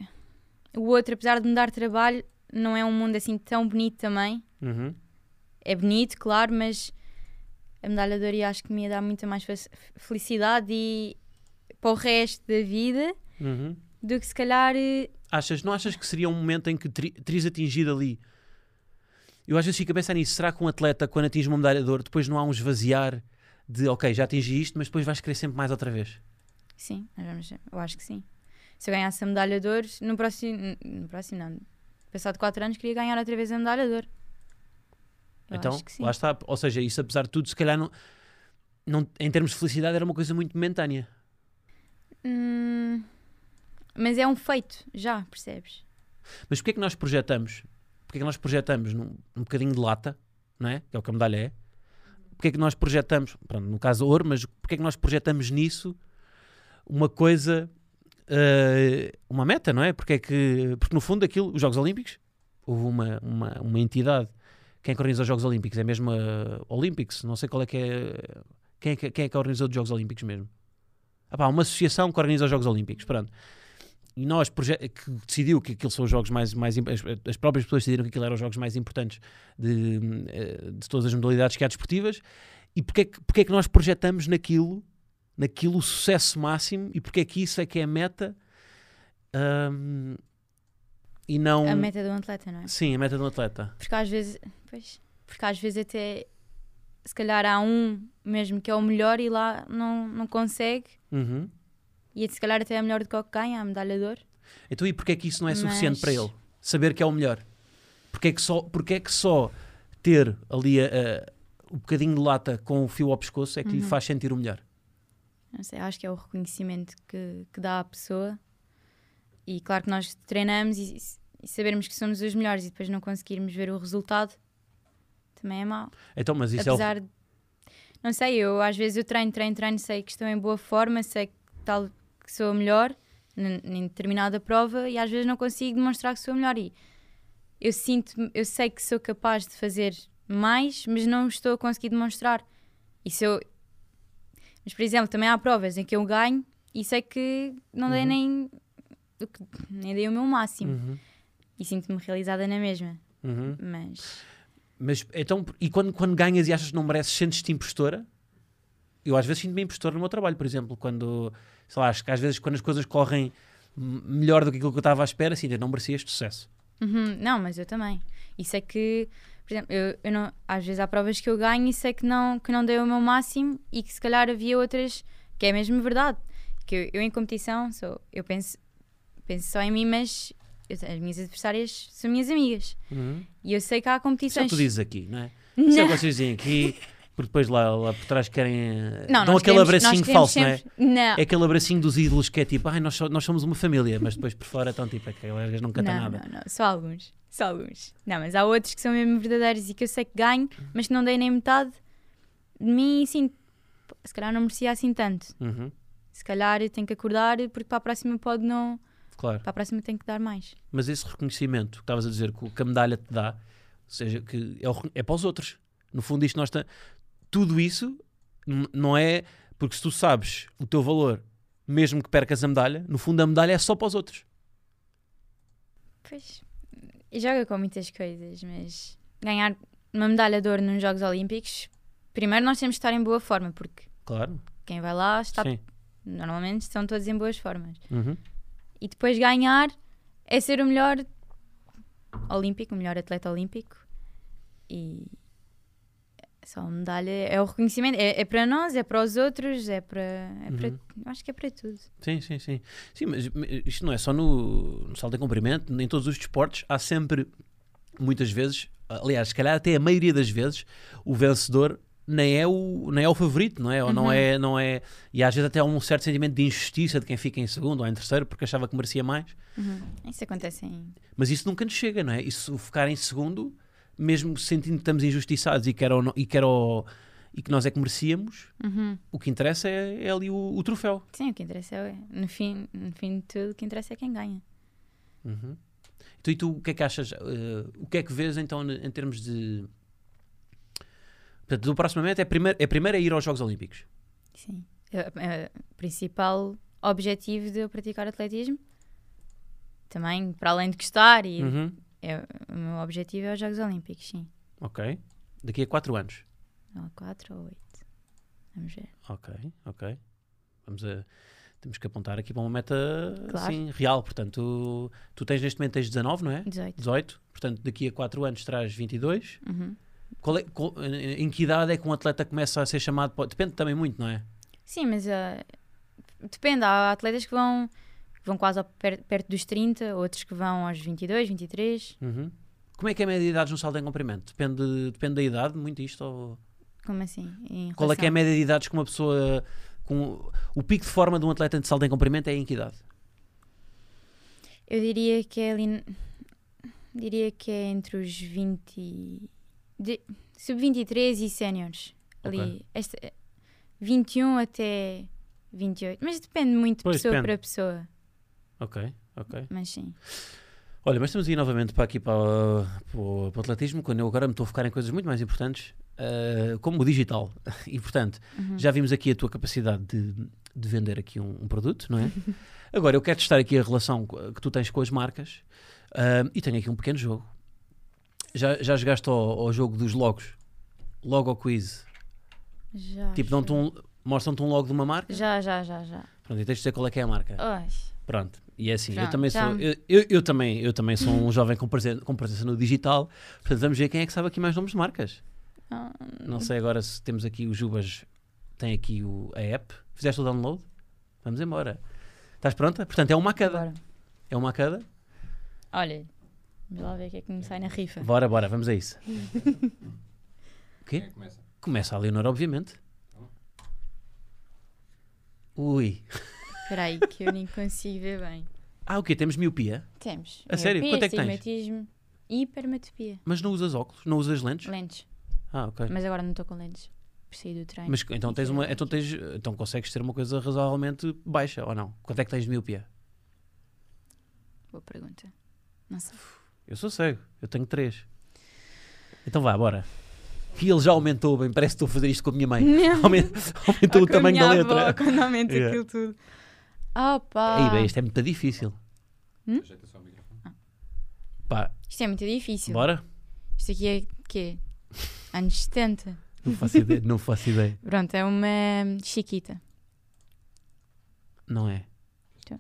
Speaker 3: O outro, apesar de me dar trabalho, não é um mundo assim tão bonito também.
Speaker 1: Uhum,
Speaker 3: É bonito, claro, mas a medalha de ouro eu acho que me ia dar muita mais fe- felicidade e para o resto da vida
Speaker 1: Uhum.
Speaker 3: do que se calhar. eh,
Speaker 1: Achas, não achas que seria um momento em que tri- terias atingido ali? Eu às vezes fico a pensar nisso. Será que um atleta, quando atinge uma medalha de ouro, depois não há um esvaziar de ok, já atingi isto, mas depois vais querer sempre mais outra vez?
Speaker 3: Sim, nós vamos- eu acho que sim. Se eu ganhasse a medalha de ouro, no próximo. No próximo, não. Passado 4 anos, queria ganhar outra vez a medalha de ouro. Eu
Speaker 1: então,
Speaker 3: acho que sim.
Speaker 1: lá está. Ou seja, isso apesar de tudo, se calhar, não, não, em termos de felicidade, era uma coisa muito momentânea.
Speaker 3: Hum, mas é um feito, já, percebes?
Speaker 1: Mas porque é que nós projetamos? Porque é que nós projetamos num, num bocadinho de lata, não é? Que é o que a medalha é. Porque é que nós projetamos, pronto, no caso ouro, mas porque é que nós projetamos nisso uma coisa, eh, uma meta, não é? Porque é que, porque no fundo aquilo, os Jogos Olímpicos, houve uma, uma, uma entidade, quem é que organiza os Jogos Olímpicos? É mesmo a Olympics, não sei qual é que é, quem é que, quem é que organizou os Jogos Olímpicos mesmo? Ah pá, uma associação que organiza os Jogos Olímpicos, pronto e nós proje- que decidiu que aquilo são os jogos mais, mais im- as, as próprias pessoas decidiram que aquilo eram os jogos mais importantes de, eh, de todas as modalidades que há desportivas e porque é que, porque é que nós projetamos naquilo naquilo o sucesso máximo e porque é que isso é que é a meta ahm, e não
Speaker 3: A meta de um atleta, não é?
Speaker 1: sim a meta de um atleta
Speaker 3: Porque às vezes. Pois, porque às vezes até. Se calhar há um mesmo que é o melhor e lá não, não consegue.
Speaker 1: Uhum.
Speaker 3: E se calhar até é melhor do que o que ganha a medalha de ouro.
Speaker 1: Então, e porquê é que isso não é suficiente
Speaker 3: Mas-
Speaker 1: para ele? Saber que é o melhor. Porquê é que só, porquê é que só ter ali a, a- o bocadinho de lata com o fio ao pescoço é que
Speaker 3: Uhum.
Speaker 1: lhe faz sentir o melhor?
Speaker 3: Não sei, acho que é o reconhecimento que, que dá à pessoa. E claro que nós treinamos e, e sabermos que somos os melhores e depois não conseguirmos ver o resultado também é mau.
Speaker 1: Então, mas isso é
Speaker 3: Apesar de. Não sei, eu às vezes eu treino, treino, treino, sei que estou em boa forma, sei que, tal, que sou a melhor n- em determinada prova e às vezes não consigo demonstrar que sou a melhor. E eu sinto, eu sei que sou capaz de fazer mais, mas não estou a conseguir demonstrar. E se eu. Mas, por exemplo, também há provas em que eu ganho e sei que não dei nem. o que- Nem dei o meu
Speaker 1: o.
Speaker 3: máximo.
Speaker 1: Uhum,
Speaker 3: E sinto-me realizada na mesma.
Speaker 1: uhum.
Speaker 3: Mas.
Speaker 1: Mas então, e quando, quando ganhas e achas que não mereces, sentes-te impostora? eu às vezes sinto-me impostor no meu trabalho, por exemplo, quando, sei lá, acho que às vezes quando as coisas correm m- melhor do que aquilo que eu estava à espera, assim, eu não merecia este sucesso.
Speaker 3: Uhum, Não, mas eu também. Isso é que, por exemplo, eu, eu não, às vezes há provas que eu ganho e sei que não, que não dei o meu máximo e que se calhar havia outras que é mesmo verdade. Que eu, eu em competição sou, eu penso, penso só em mim, mas eu- as minhas adversárias são minhas amigas. E eu sei que há
Speaker 1: Isso é o
Speaker 3: competições.
Speaker 1: que Uhum. tu dizes aqui, não é? Isso é o
Speaker 3: não,
Speaker 1: que vocês dizem aqui, porque depois lá, lá por trás querem. eh,
Speaker 3: não,
Speaker 1: dão aquele
Speaker 3: nós queremos-
Speaker 1: abracinho
Speaker 3: nós queremos
Speaker 1: falso, não é?
Speaker 3: sempre- não
Speaker 1: É aquele abracinho dos ídolos que é tipo, ai, nós, so- nós somos uma família, mas depois por fora estão tipo, aquelas gajas não cantam
Speaker 3: não,
Speaker 1: nada.
Speaker 3: Não, não, só alguns. Só alguns. Não, mas há outros que são mesmo verdadeiros e que eu sei que ganho, mas que não dei nem metade de mim e sim, se calhar não merecia assim tanto.
Speaker 1: Uhum,
Speaker 3: Se calhar eu tenho que acordar porque para a próxima pode não.
Speaker 1: claro.
Speaker 3: Para a próxima tenho que dar mais.
Speaker 1: Mas esse reconhecimento que estavas a dizer que o- que a medalha te dá, ou seja, que é, o re- é para os outros. No fundo, isto nós ta- tudo isso n- não é porque se tu sabes o teu valor, mesmo que percas a medalha, no fundo a medalha é só para os outros.
Speaker 3: Pois. E joga com muitas coisas, mas ganhar uma medalha de ouro nos Jogos Olímpicos, primeiro nós temos que estar em boa forma, porque
Speaker 1: Claro.
Speaker 3: quem vai lá está.
Speaker 1: Sim.
Speaker 3: Normalmente estão todos em boas formas.
Speaker 1: Uhum.
Speaker 3: E depois ganhar é ser o melhor olímpico, o melhor atleta olímpico. E só uma medalha é o reconhecimento. É, é para nós, é para os outros, é para. é para-
Speaker 1: Uhum.
Speaker 3: eu acho que é para tudo.
Speaker 1: Sim, sim, sim. Sim, mas m- isto não é só no, no salto em comprimento, em todos os desportos há sempre, muitas vezes, aliás, se calhar até a maioria das vezes, o vencedor nem é o, nem é o favorito, não é? Ou não é, não é? E às vezes até há um certo sentimento de injustiça de quem fica em segundo ou em terceiro porque achava que merecia mais.
Speaker 3: Isso acontece em.
Speaker 1: Mas isso nunca nos chega, não é? Isso ficar em segundo, mesmo sentindo que estamos injustiçados e que, era o no- e que, era o- e que nós é que merecíamos, o que interessa é, é ali o, o troféu.
Speaker 3: Sim, o que interessa é. No fim, no fim de tudo, o que interessa é quem ganha.
Speaker 1: Então, e tu o que é que achas? eh, o que é que vês então ne- em termos de. Portanto, do proximamente é primeiro, é primeiro a ir aos Jogos Olímpicos.
Speaker 3: Sim. É, O principal objetivo de eu praticar atletismo, também, para além de gostar, e
Speaker 1: Uhum.
Speaker 3: é, o meu objetivo é os Jogos Olímpicos, sim.
Speaker 1: Ok. Daqui a 4 anos.
Speaker 3: Ou 4 ou 8. Vamos ver.
Speaker 1: Ok, ok. Vamos a. Temos que apontar aqui para uma meta
Speaker 3: Claro.
Speaker 1: assim, real. Portanto, tu, tu tens neste momento tens 19, não é?
Speaker 3: 18.
Speaker 1: 18, portanto daqui a 4 anos traz 22.
Speaker 3: Uhum.
Speaker 1: Qual é- qual- em que idade é que um atleta começa a ser chamado? para- Depende também muito, não é?
Speaker 3: Sim, mas ah, depende. Há atletas que vão, que vão quase ao per- perto dos 30, outros que vão aos 22, 23.
Speaker 1: Como é que é a média de idades no salto em comprimento? Depende, depende da idade, muito isto? Ou...
Speaker 3: Como assim? Em
Speaker 1: Qual é que é a
Speaker 3: relação-
Speaker 1: média de idades que uma pessoa. Com... O pico de forma de um atleta de salto em comprimento é em que idade?
Speaker 3: Eu diria que é ali. n- Diria que é entre os 20. e- de- Sub-23 e séniores. Ali.
Speaker 1: Ok.
Speaker 3: Esta, eh, 21 até 28. Mas depende muito de
Speaker 1: Pois,
Speaker 3: pessoa
Speaker 1: depende.
Speaker 3: para pessoa.
Speaker 1: Ok, ok.
Speaker 3: Mas sim.
Speaker 1: Olha, mas estamos aí novamente para aqui para, o- para o para o atletismo, quando eu agora me estou a focar em coisas muito mais importantes, eh, como o digital. <laughs> E portanto, já vimos aqui a tua capacidade de, de vender aqui um, um produto, não é? agora eu quero testar aqui a relação co- que tu tens com as marcas ah, e tenho aqui um pequeno jogo. Já, já jogaste ao, ao jogo dos logos? Logo quiz?
Speaker 3: Já.
Speaker 1: Tipo, dão-te um, mostram-te um logo de uma marca?
Speaker 3: Já, já, já, já.
Speaker 1: Pronto, e tens de dizer qual é que é a marca.
Speaker 3: Ai.
Speaker 1: Pronto, e é assim, eu
Speaker 3: Já,
Speaker 1: também,
Speaker 3: já.
Speaker 1: sou, eu, eu, eu também, eu também sou um jovem com presença, com presença no digital, portanto vamos ver quem é que sabe aqui mais nomes de marcas.
Speaker 3: Ah,
Speaker 1: Não sei agora se temos aqui o Jubas, tem aqui o, a app, fizeste o download? Vamos embora. Estás pronta? Portanto é uma a cada,
Speaker 3: Bora.
Speaker 1: é uma a cada.
Speaker 3: Olha, vamos lá ver o que é que me sai na rifa.
Speaker 1: Bora, bora, vamos a isso.
Speaker 2: Quem é que começa?
Speaker 1: Começa a Leonor, obviamente. Ui.
Speaker 3: Espera aí, que eu nem consigo ver bem.
Speaker 1: Ah, o quê? Temos miopia?
Speaker 3: Temos.
Speaker 1: A sério?
Speaker 3: miopia,
Speaker 1: Quanto é que tens?
Speaker 3: Astigmatismo e hipermetropia.
Speaker 1: Mas não usas óculos? Não usas lentes?
Speaker 3: Lentes.
Speaker 1: Ah, ok.
Speaker 3: Mas agora não estou com lentes. Por sair do treino.
Speaker 1: Mas então tens
Speaker 3: é
Speaker 1: uma, então tens, então consegues ter uma coisa razoavelmente baixa ou não? Quanto é que tens de miopia?
Speaker 3: Boa pergunta. Não sei.
Speaker 1: Eu sou cego, eu tenho três. Então vá, bora. E ele já aumentou bem, parece que estou a fazer isto com a minha mãe. <laughs> Aumen- Aumentou o tamanho da letra.
Speaker 3: quando aumenta
Speaker 1: Yeah.
Speaker 3: aquilo tudo. Oh
Speaker 1: Aí,
Speaker 3: pá.
Speaker 1: bem, isto é muito difícil.
Speaker 2: Ajeita só o microfone.
Speaker 1: Pá,
Speaker 3: Isto é muito difícil.
Speaker 1: bora?
Speaker 3: Isto aqui é quê? Anos 70.
Speaker 1: Não faço ideia. Não faço ideia.
Speaker 3: Pronto, é uma chiquita.
Speaker 1: Não é.
Speaker 3: Então.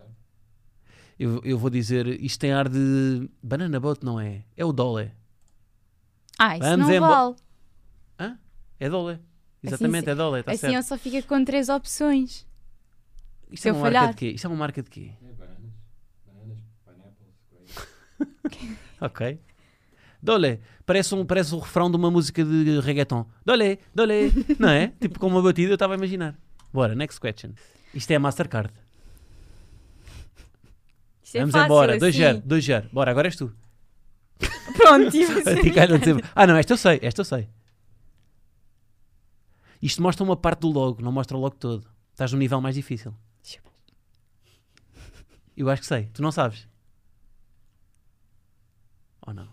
Speaker 1: Eu, eu vou dizer, isto tem ar de banana boat, não é? É o dólar.
Speaker 3: Ah, isso
Speaker 1: Vamos
Speaker 3: não
Speaker 1: embora.
Speaker 3: vale.
Speaker 1: É dólar. Exatamente,
Speaker 3: se-
Speaker 1: é dólar, está
Speaker 3: assim
Speaker 1: certo.
Speaker 3: eu só fico com três opções.
Speaker 1: Isto
Speaker 3: se
Speaker 1: é
Speaker 3: eu
Speaker 1: uma
Speaker 3: falhar.
Speaker 1: marca de quê? Isto é uma marca de quê?
Speaker 2: É, bananas. Bananas, pineapples, grapes.
Speaker 1: Ok. Dole, parece um, parece um refrão de uma música de reggaeton. Dole,
Speaker 3: <laughs>
Speaker 1: dole, não é? Tipo com uma batida, eu estava a imaginar. Bora, next question. Isto é a Mastercard.
Speaker 3: Isto é
Speaker 1: Vamos
Speaker 3: fácil,
Speaker 1: embora, 2
Speaker 3: assim.
Speaker 1: 0 2 0 Bora, agora és tu. <laughs>
Speaker 3: Pronto, <laughs> e você-
Speaker 1: A ti calhou dizer- Ah, não, esta eu sei, esta eu sei. Isto mostra uma parte do logo, não mostra o logo todo. Estás num nível mais difícil. Eu acho que sei, tu não sabes. Ou
Speaker 3: <laughs>
Speaker 1: não?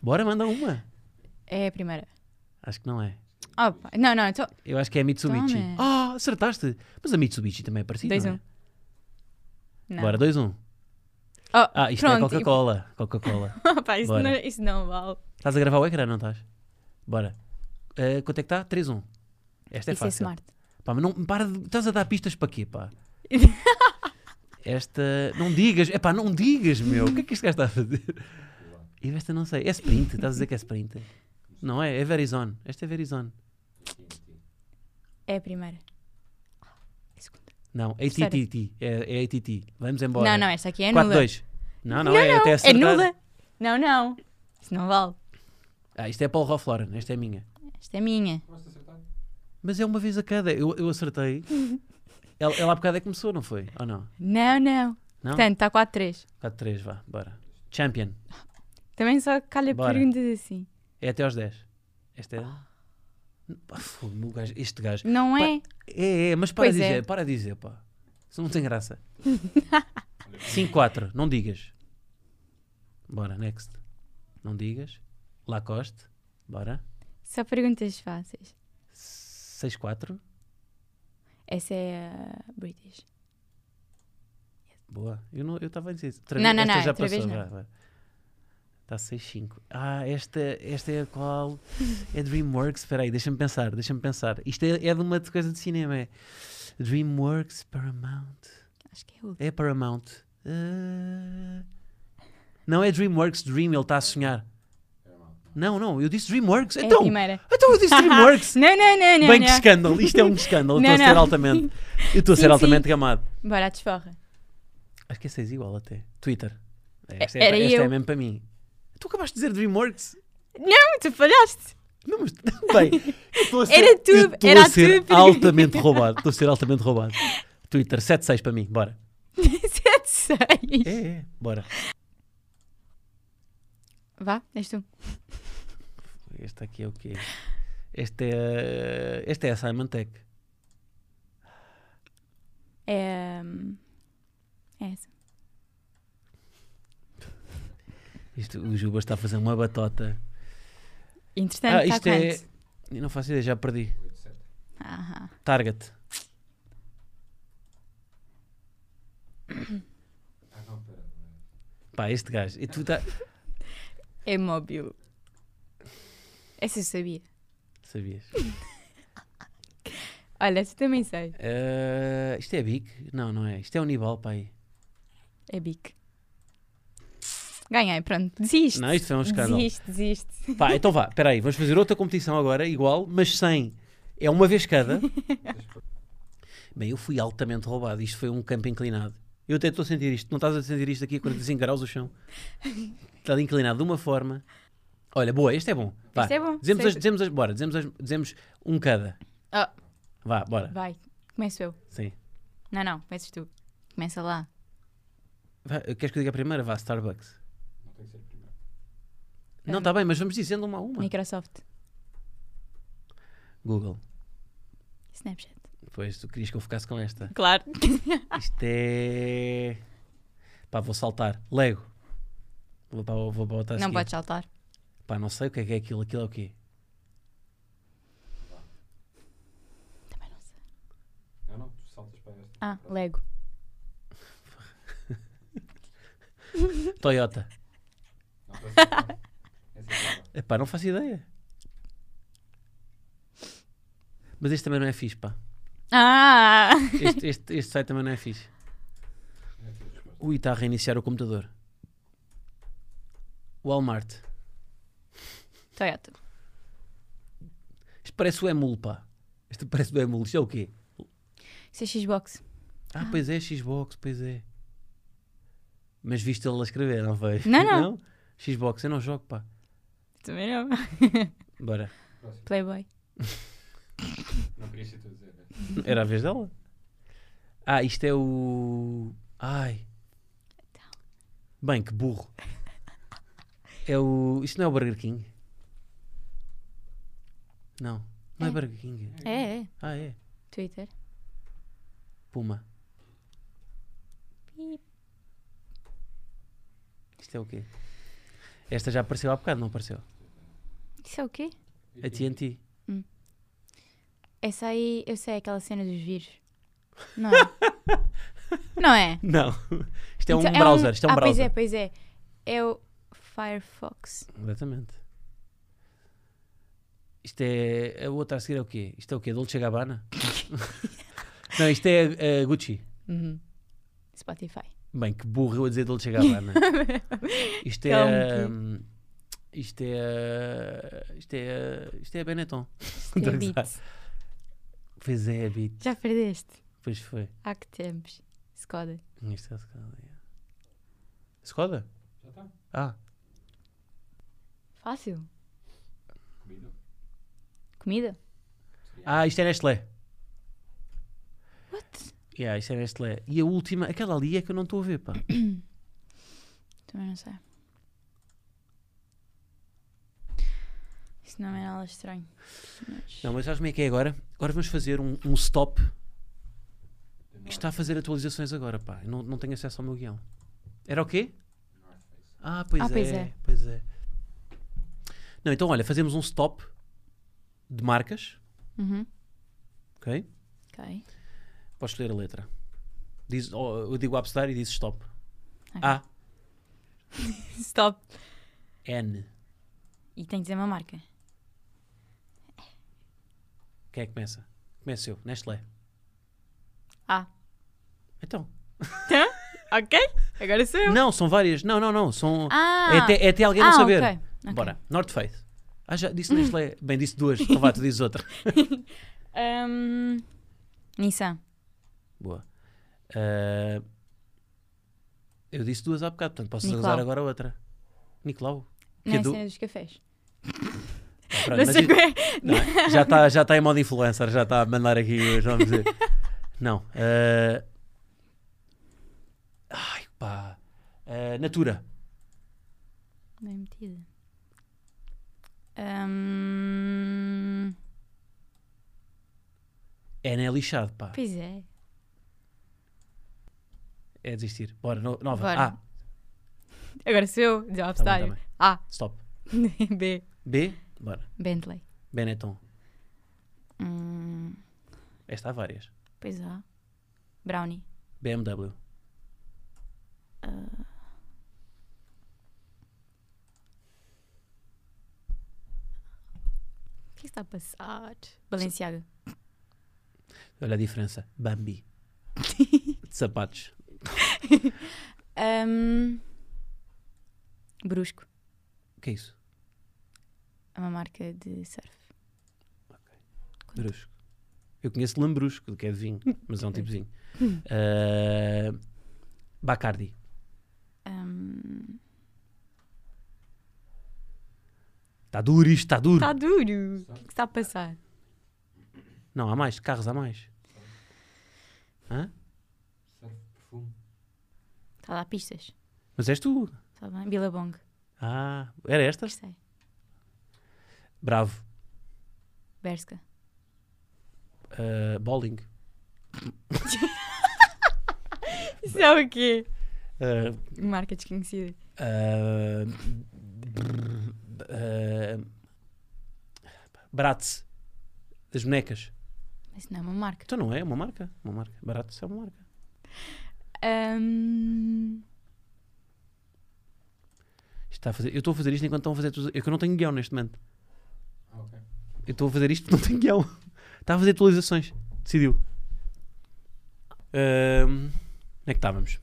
Speaker 1: Bora, manda uma.
Speaker 3: É a primeira.
Speaker 1: Acho que não é.
Speaker 3: Opa, não, não, então.
Speaker 1: Eu acho que é a Mitsubishi.
Speaker 3: Toma.
Speaker 1: Ah, acertaste. Mas a Mitsubishi também é parecida.
Speaker 3: Então, né? Dois,
Speaker 1: não é?
Speaker 3: um.
Speaker 1: Bora, 2-1. Um.
Speaker 3: Não. Oh,
Speaker 1: Ah, isto é
Speaker 3: pronto,
Speaker 1: Coca-Cola. Coca-Cola.
Speaker 3: e- <laughs> Opa, isso,
Speaker 1: Bora.
Speaker 3: não, isso não vale.
Speaker 1: Estás a gravar o ecrã, não estás? Bora. Ah, quanto é que está? 3-1. Um. Esta é
Speaker 3: isso
Speaker 1: fácil.
Speaker 3: é smart.
Speaker 1: Pá, mas não, para de, estás a dar pistas para quê,
Speaker 3: <laughs>
Speaker 1: pá? esta, não digas, é pá, não digas, meu, o que é que este gajo está a fazer? Eu esta não sei, é sprint, estás a dizer que é sprint? Não é, é Verizon, esta é Verizon.
Speaker 3: É a primeira. Ah, é a segunda.
Speaker 1: Não, é
Speaker 3: Terceira.
Speaker 1: ATT, é, é ATT, vamos embora.
Speaker 3: Não, não, esta aqui é nula.
Speaker 1: 4-2. Não, não, é, até
Speaker 3: é
Speaker 1: acertar.
Speaker 3: nula. Não, não. Isso não vale.
Speaker 1: Ah, isto é Paul Rofloren, esta é minha.
Speaker 3: Esta é minha.
Speaker 2: Gosto de acertar?
Speaker 1: Mas é uma vez a cada, eu, eu acertei. <laughs> ela, ela há bocado é que começou, não foi? Ou não?
Speaker 3: Não, não.
Speaker 1: Não?
Speaker 3: Portanto, está 4-3.
Speaker 1: 4-3, vá, bora. Champion,
Speaker 3: Também só calha
Speaker 1: Bora.
Speaker 3: perguntas assim.
Speaker 1: é até aos 10. Esta é... Pá, Ah, fogo, o gajo- este gajo.
Speaker 3: Não é?
Speaker 1: É, é, mas para
Speaker 3: Pois é.
Speaker 1: dizer, para dizer, pá. Isso não tem
Speaker 3: <laughs>
Speaker 1: graça. 5-4, não digas. Bora, next. Não digas. Lacoste, bora.
Speaker 3: Só perguntas fáceis.
Speaker 1: 6-4,
Speaker 3: Essa é a British.
Speaker 1: boa. Eu não, eu estava a dizer isso. Outra
Speaker 3: Não,
Speaker 1: vez-
Speaker 3: não,
Speaker 1: esta
Speaker 3: não,
Speaker 1: já
Speaker 3: outra vez
Speaker 1: passou.
Speaker 3: não.
Speaker 1: vá, vá. Está 6-5. Ah, esta, esta é a qual? É DreamWorks? Espera aí, deixa-me pensar, deixa-me pensar. Isto é, é de uma coisa de cinema, é DreamWorks, Paramount...
Speaker 3: Acho que é a última.
Speaker 1: É Paramount. Ah. Não é DreamWorks, Dream, ele está a sonhar.
Speaker 2: Era mal.
Speaker 1: Não, não, eu disse DreamWorks.
Speaker 3: É a
Speaker 1: Então,
Speaker 3: primeira.
Speaker 1: então eu
Speaker 3: <laughs>
Speaker 1: disse DreamWorks.
Speaker 3: Não, não, não, não.
Speaker 1: Bem que
Speaker 3: não.
Speaker 1: escândalo, isto é um escândalo. Eu
Speaker 3: Não,
Speaker 1: Estou a ser
Speaker 3: não.
Speaker 1: altamente. Eu estou a ser
Speaker 3: Sim,
Speaker 1: altamente gamado.
Speaker 3: Bora, desforra.
Speaker 1: Acho que essa é igual até. Twitter. Esta
Speaker 3: Era
Speaker 1: é, esta é
Speaker 3: eu.
Speaker 1: mesmo para mim. Tu acabaste de dizer DreamWorks?
Speaker 3: Não, tu falhaste.
Speaker 1: Não, mas bem. eu estou a ser-
Speaker 3: Era tu-
Speaker 1: eu estou
Speaker 3: era
Speaker 1: a
Speaker 3: a
Speaker 1: ser
Speaker 3: tua pergunta.
Speaker 1: altamente roubado. Estou a ser altamente roubado. Twitter, 7-6 para mim, bora.
Speaker 3: 7, 6.
Speaker 1: É, é, bora. É.
Speaker 3: Vá, és tu.
Speaker 1: Este aqui é o quê? Este é, este é a Simon Tech.
Speaker 3: É. hum, É essa.
Speaker 1: Isto, o Juba está a fazer uma batota.
Speaker 3: Interessante,
Speaker 1: ah, isto
Speaker 3: está
Speaker 1: é.
Speaker 3: quanto?
Speaker 1: Eu não faço ideia, já perdi.
Speaker 2: 8, 7.
Speaker 3: Aham. <coughs>
Speaker 1: Target.
Speaker 2: Ah, não, pera.
Speaker 1: Pá, este gajo. E tu tá...
Speaker 3: É móvel. Essa eu sabia.
Speaker 1: Sabias?
Speaker 3: Olha, essa eu também sei.
Speaker 1: Ah, isto é a Bic? Não, não é. Isto é o Nibal, pai.
Speaker 3: É bic. Ganhei, pronto. Desiste.
Speaker 1: Não, isto foi um escândalo.
Speaker 3: Desiste, desiste.
Speaker 1: Pá, então vá, espera aí. Vamos fazer outra competição agora, igual, mas sem. É uma vez cada. Bem, eu fui altamente roubado. Isto foi um campo inclinado. Eu até estou a sentir isto. Não estás a sentir isto aqui a 45 graus o chão? Está ali inclinado de uma forma. Olha, boa, este é bom. Vá.
Speaker 3: Isto é bom.
Speaker 1: Dizemos,
Speaker 3: Sei-
Speaker 1: as, dizemos as- bora, dizemos, as- dizemos um cada.
Speaker 3: Ah.
Speaker 1: Vá, bora.
Speaker 3: Vai, começo eu.
Speaker 1: Sim.
Speaker 3: Não, não, começas tu. Começa lá.
Speaker 1: Vá, queres que eu diga a primeira? Vá, Starbucks.
Speaker 2: Não tem que ser primeiro.
Speaker 3: Ah.
Speaker 1: Não, está bem, mas vamos dizendo uma a uma.
Speaker 3: Microsoft.
Speaker 1: Google.
Speaker 3: Snapchat.
Speaker 1: Pois, tu querias que eu ficasse com esta.
Speaker 3: Claro.
Speaker 1: Isto é... Pá, vou saltar. Lego. Vou para, vou para outra a
Speaker 3: não
Speaker 1: seguir.
Speaker 3: podes saltar.
Speaker 1: Pá, não sei o que é que é aquilo. Aquilo é o quê?
Speaker 3: Também não sei.
Speaker 2: Ah, não, tu saltas para esta.
Speaker 3: Ah, Lego.
Speaker 1: Toyota.
Speaker 2: Não, para acertar. Essa é a palavra.
Speaker 1: Epá, não faço ideia. Mas este também não é fixe, pá.
Speaker 3: Ah!
Speaker 1: Este, este, este site também não é fixe.
Speaker 2: é
Speaker 1: Ui, está a reiniciar o computador. Walmart.
Speaker 3: Toyota.
Speaker 1: Isto parece o Emul, pá. Isto parece do Emul. Isto é o quê?
Speaker 3: Isso é Xbox.
Speaker 1: Ah, pois é, Xbox, pois é. Mas viste ele a escrever, não foi?
Speaker 3: Não, não.
Speaker 1: Xbox, eu não jogo, pá.
Speaker 3: Também não.
Speaker 1: Bora.
Speaker 2: Próximo.
Speaker 3: Playboy.
Speaker 2: Não querias ser tu a dizer, né?
Speaker 1: Era a vez dela. Ah, isto é o. Ai. Bem, que burro. É o. Isto não é o Burger King? Não. Não é,
Speaker 3: É.
Speaker 1: Burger King.
Speaker 3: É, é.
Speaker 1: Ah, é.
Speaker 3: Twitter.
Speaker 1: Puma.
Speaker 3: Pip.
Speaker 1: Isto é o quê? Esta já apareceu há bocado, não apareceu?
Speaker 3: Isso é o quê?
Speaker 1: A TNT.
Speaker 3: Essa aí, eu sei, é aquela cena dos <laughs> vírus. Não é? não é?
Speaker 1: Não. <laughs> Isto é um
Speaker 3: Então,
Speaker 1: browser. Isto é um
Speaker 3: ah,
Speaker 1: browser.
Speaker 3: Pois é, pois é. É o Firefox.
Speaker 1: Exatamente. Isto é. A outra a seguir é o quê? Isto é o quê? Dolce
Speaker 3: <laughs>
Speaker 1: Gabbana? não, isto é eh, Gucci.
Speaker 3: Uhum. <laughs> Spotify.
Speaker 1: Bem, que burro eu a dizer Dolce
Speaker 3: <laughs>
Speaker 1: Gabbana. Isto é.
Speaker 3: Calma, um
Speaker 1: hum, Isto é. Isto é. Isto é Benetton. <laughs>
Speaker 3: Tem
Speaker 1: Estou a gozar.
Speaker 3: Beats.
Speaker 1: Pois é, Beat.
Speaker 3: Já perdeste.
Speaker 1: Pois foi.
Speaker 3: Há que tempos. Skoda.
Speaker 1: Isto é Skoda. yeah. Skoda?
Speaker 2: Já tá. está.
Speaker 1: Ah,
Speaker 3: Fácil.
Speaker 2: Comida.
Speaker 3: Comida?
Speaker 1: ah isto é Nestlé.
Speaker 3: What?
Speaker 1: Yeah, isto é Nestlé. E a última, aquela ali é que eu não estou a ver, pá.
Speaker 3: Também não sei. Isso não é nada estranho. Mas...
Speaker 1: Não, mas sabes como é que é agora? Agora vamos fazer um, um stop. Isto está a fazer atualizações agora, pá. Eu não, não tenho acesso ao meu guião. Era o quê? Ah, pois,
Speaker 3: Ah,
Speaker 1: é,
Speaker 3: pois é.
Speaker 1: Pois é. Não, então olha, fazemos um stop de marcas,
Speaker 3: Uhum.
Speaker 1: ok?
Speaker 3: Ok.
Speaker 1: Podes escolher a letra. Diz, oh, eu digo Upstar e diz stop.
Speaker 3: Ok.
Speaker 1: A,
Speaker 3: <laughs> Stop.
Speaker 1: N.
Speaker 3: E tem que dizer uma marca.
Speaker 1: Quem é que começa? Começa eu, Nestlé.
Speaker 3: A.
Speaker 1: Então.
Speaker 3: Ok? Agora sou eu.
Speaker 1: Não, são várias. Não, não, não. São...
Speaker 3: Ah!
Speaker 1: É, até, é até alguém não
Speaker 3: Ah,
Speaker 1: saber.
Speaker 3: ok, ok.
Speaker 1: Bora, North Face. Ah, já disse
Speaker 3: <laughs>
Speaker 1: Nestlé. Bem, disse duas. Então vá, tu dizes outra.
Speaker 3: Ahm, Nissan.
Speaker 1: Boa. Ah, eu disse duas há bocado, portanto posso
Speaker 3: Nicolau.
Speaker 1: usar agora outra. Nicolau.
Speaker 3: Não é a
Speaker 1: Cadu.
Speaker 3: cena dos cafés.
Speaker 1: Ah, pronto,
Speaker 3: Não
Speaker 1: mas
Speaker 3: sei
Speaker 1: i-
Speaker 3: qual é.
Speaker 1: <laughs> não é? já está já tá em modo influencer, já está a mandar aqui os nomes.
Speaker 3: <laughs>
Speaker 1: de- Não. ah, Ai, pá. Ah, Natura.
Speaker 3: Não é metida. Ahm,
Speaker 1: É, não é lixado, pá.
Speaker 3: pois é.
Speaker 1: É desistir. Bora, no- nova.
Speaker 3: Bora.
Speaker 1: Ah,
Speaker 3: Agora sou eu. Dizer
Speaker 1: tá
Speaker 3: o
Speaker 1: bem, tá
Speaker 3: abstraio.
Speaker 1: bem.
Speaker 3: A. <laughs>
Speaker 1: Stop.
Speaker 3: B.
Speaker 1: B, bora.
Speaker 3: Bentley.
Speaker 1: Benetton.
Speaker 3: Hum,
Speaker 1: Esta há várias.
Speaker 3: pois há. Brownie.
Speaker 1: BMW.
Speaker 3: O que é que está a passar? Balenciaga.
Speaker 1: Olha a diferença.
Speaker 3: <laughs>
Speaker 1: Bambi. De sapatos.
Speaker 3: Ahm, Brusco.
Speaker 1: O que é isso?
Speaker 3: É uma marca de surf. Quanto?
Speaker 1: Brusco. Eu conheço Lambrusco, que é de vinho, mas é um tipo de vinho.
Speaker 3: <laughs>
Speaker 1: Ah, Bacardi.
Speaker 3: Ahm,
Speaker 1: Está duro isto, está duro.
Speaker 3: Está Tá duro. O que é que está a passar?
Speaker 1: Não, há mais. Carros há mais. Hã?
Speaker 2: Serve perfume.
Speaker 3: Está a dar Tá pistas. Tá
Speaker 1: Mas és tu.
Speaker 3: Está bem? Billabong.
Speaker 1: Ah, era esta?
Speaker 3: Gostei.
Speaker 1: Bravo.
Speaker 3: Berska.
Speaker 1: Ah, bowling.
Speaker 3: Isso é o quê?
Speaker 1: Ah,
Speaker 3: Marca desconhecida.
Speaker 1: ah, brr, ah, Bratz. Das bonecas.
Speaker 3: Mas não é uma marca.
Speaker 1: Então não é, é uma marca. Uma marca. Barato é uma marca.
Speaker 3: Ahm,
Speaker 1: Isto está a fazer- Eu estou a fazer é isto enquanto estão a fazer. tudo- Eu que não tenho guião neste momento.
Speaker 2: Ah, ok.
Speaker 1: <laughs> Eu estou a fazer isto porque não tenho guião. Está a fazer atualizações. Decidiu. Ahm, onde é que estávamos?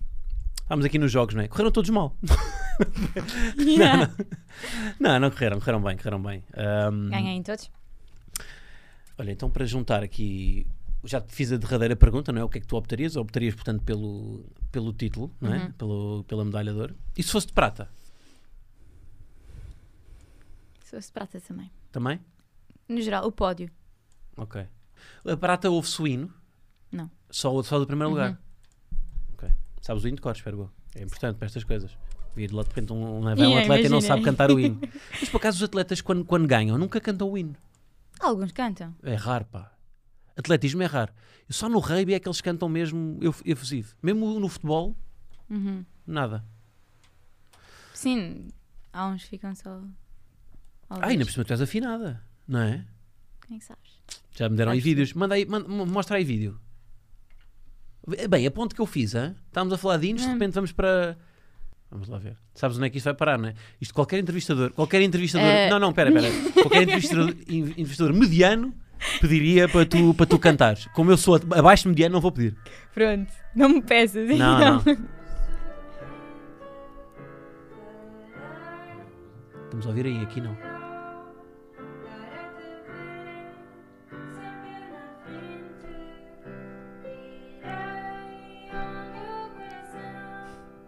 Speaker 1: Estávamos aqui nos jogos, não é? Correram todos
Speaker 3: <laughs>
Speaker 1: mal.
Speaker 3: Yeah.
Speaker 1: Não, não correram, correram bem, correram bem. Ahm,
Speaker 3: Ganhei em todos.
Speaker 1: Olha, então para juntar aqui, já te fiz a derradeira pergunta, não é? O que é que tu optarias? Optarias, portanto, pelo, pelo título, não é?
Speaker 3: Uhum.
Speaker 1: Pelo, pela medalha de ouro. E se fosse de prata,
Speaker 3: Se fosse de prata também.
Speaker 1: também?
Speaker 3: No geral, o pódio.
Speaker 1: Ok. A prata houve suíno?
Speaker 3: Não.
Speaker 1: Só, o- só do primeiro
Speaker 3: Uhum.
Speaker 1: lugar? Ok. Sabes o hino de cor, espero eu. É importante para estas coisas. Vir lá de repente um, um, um atleta
Speaker 3: <laughs> Yeah,
Speaker 1: e não
Speaker 3: imagina.
Speaker 1: sabe cantar o
Speaker 3: <laughs>
Speaker 1: hino. Mas por acaso os atletas quando, quando ganham nunca cantam o hino.
Speaker 3: Alguns cantam.
Speaker 1: É raro, pá. Atletismo é raro. Só no rugby é que eles cantam mesmo eu- efusivo. Mesmo no futebol,
Speaker 3: Uhum.
Speaker 1: nada.
Speaker 3: Sim, há uns que ficam só.
Speaker 1: Ah, ainda por cima tu és afinada, não é?
Speaker 3: Quem é que sabes?
Speaker 1: Já me deram aí
Speaker 3: Acho que
Speaker 1: vídeos. Manda aí, manda- mo- mostra aí vídeo. Eh, Bem, a ponte que eu fiz, hã? estávamos a falar de hinos, de
Speaker 3: Hum.
Speaker 1: repente vamos para. Vamos lá ver. Sabes onde é que isto vai parar, não é? Isto qualquer entrevistador, qualquer entrevistador.
Speaker 3: Eh.
Speaker 1: Não, não, pera, pera. Qualquer entrevistador, in- entrevistador mediano pediria para tu, para tu cantares. Como eu sou a- abaixo de mediano, não vou pedir.
Speaker 3: Pronto, não me peças.
Speaker 1: Não,
Speaker 3: então.
Speaker 1: não. Estamos a ouvir aí, aqui não.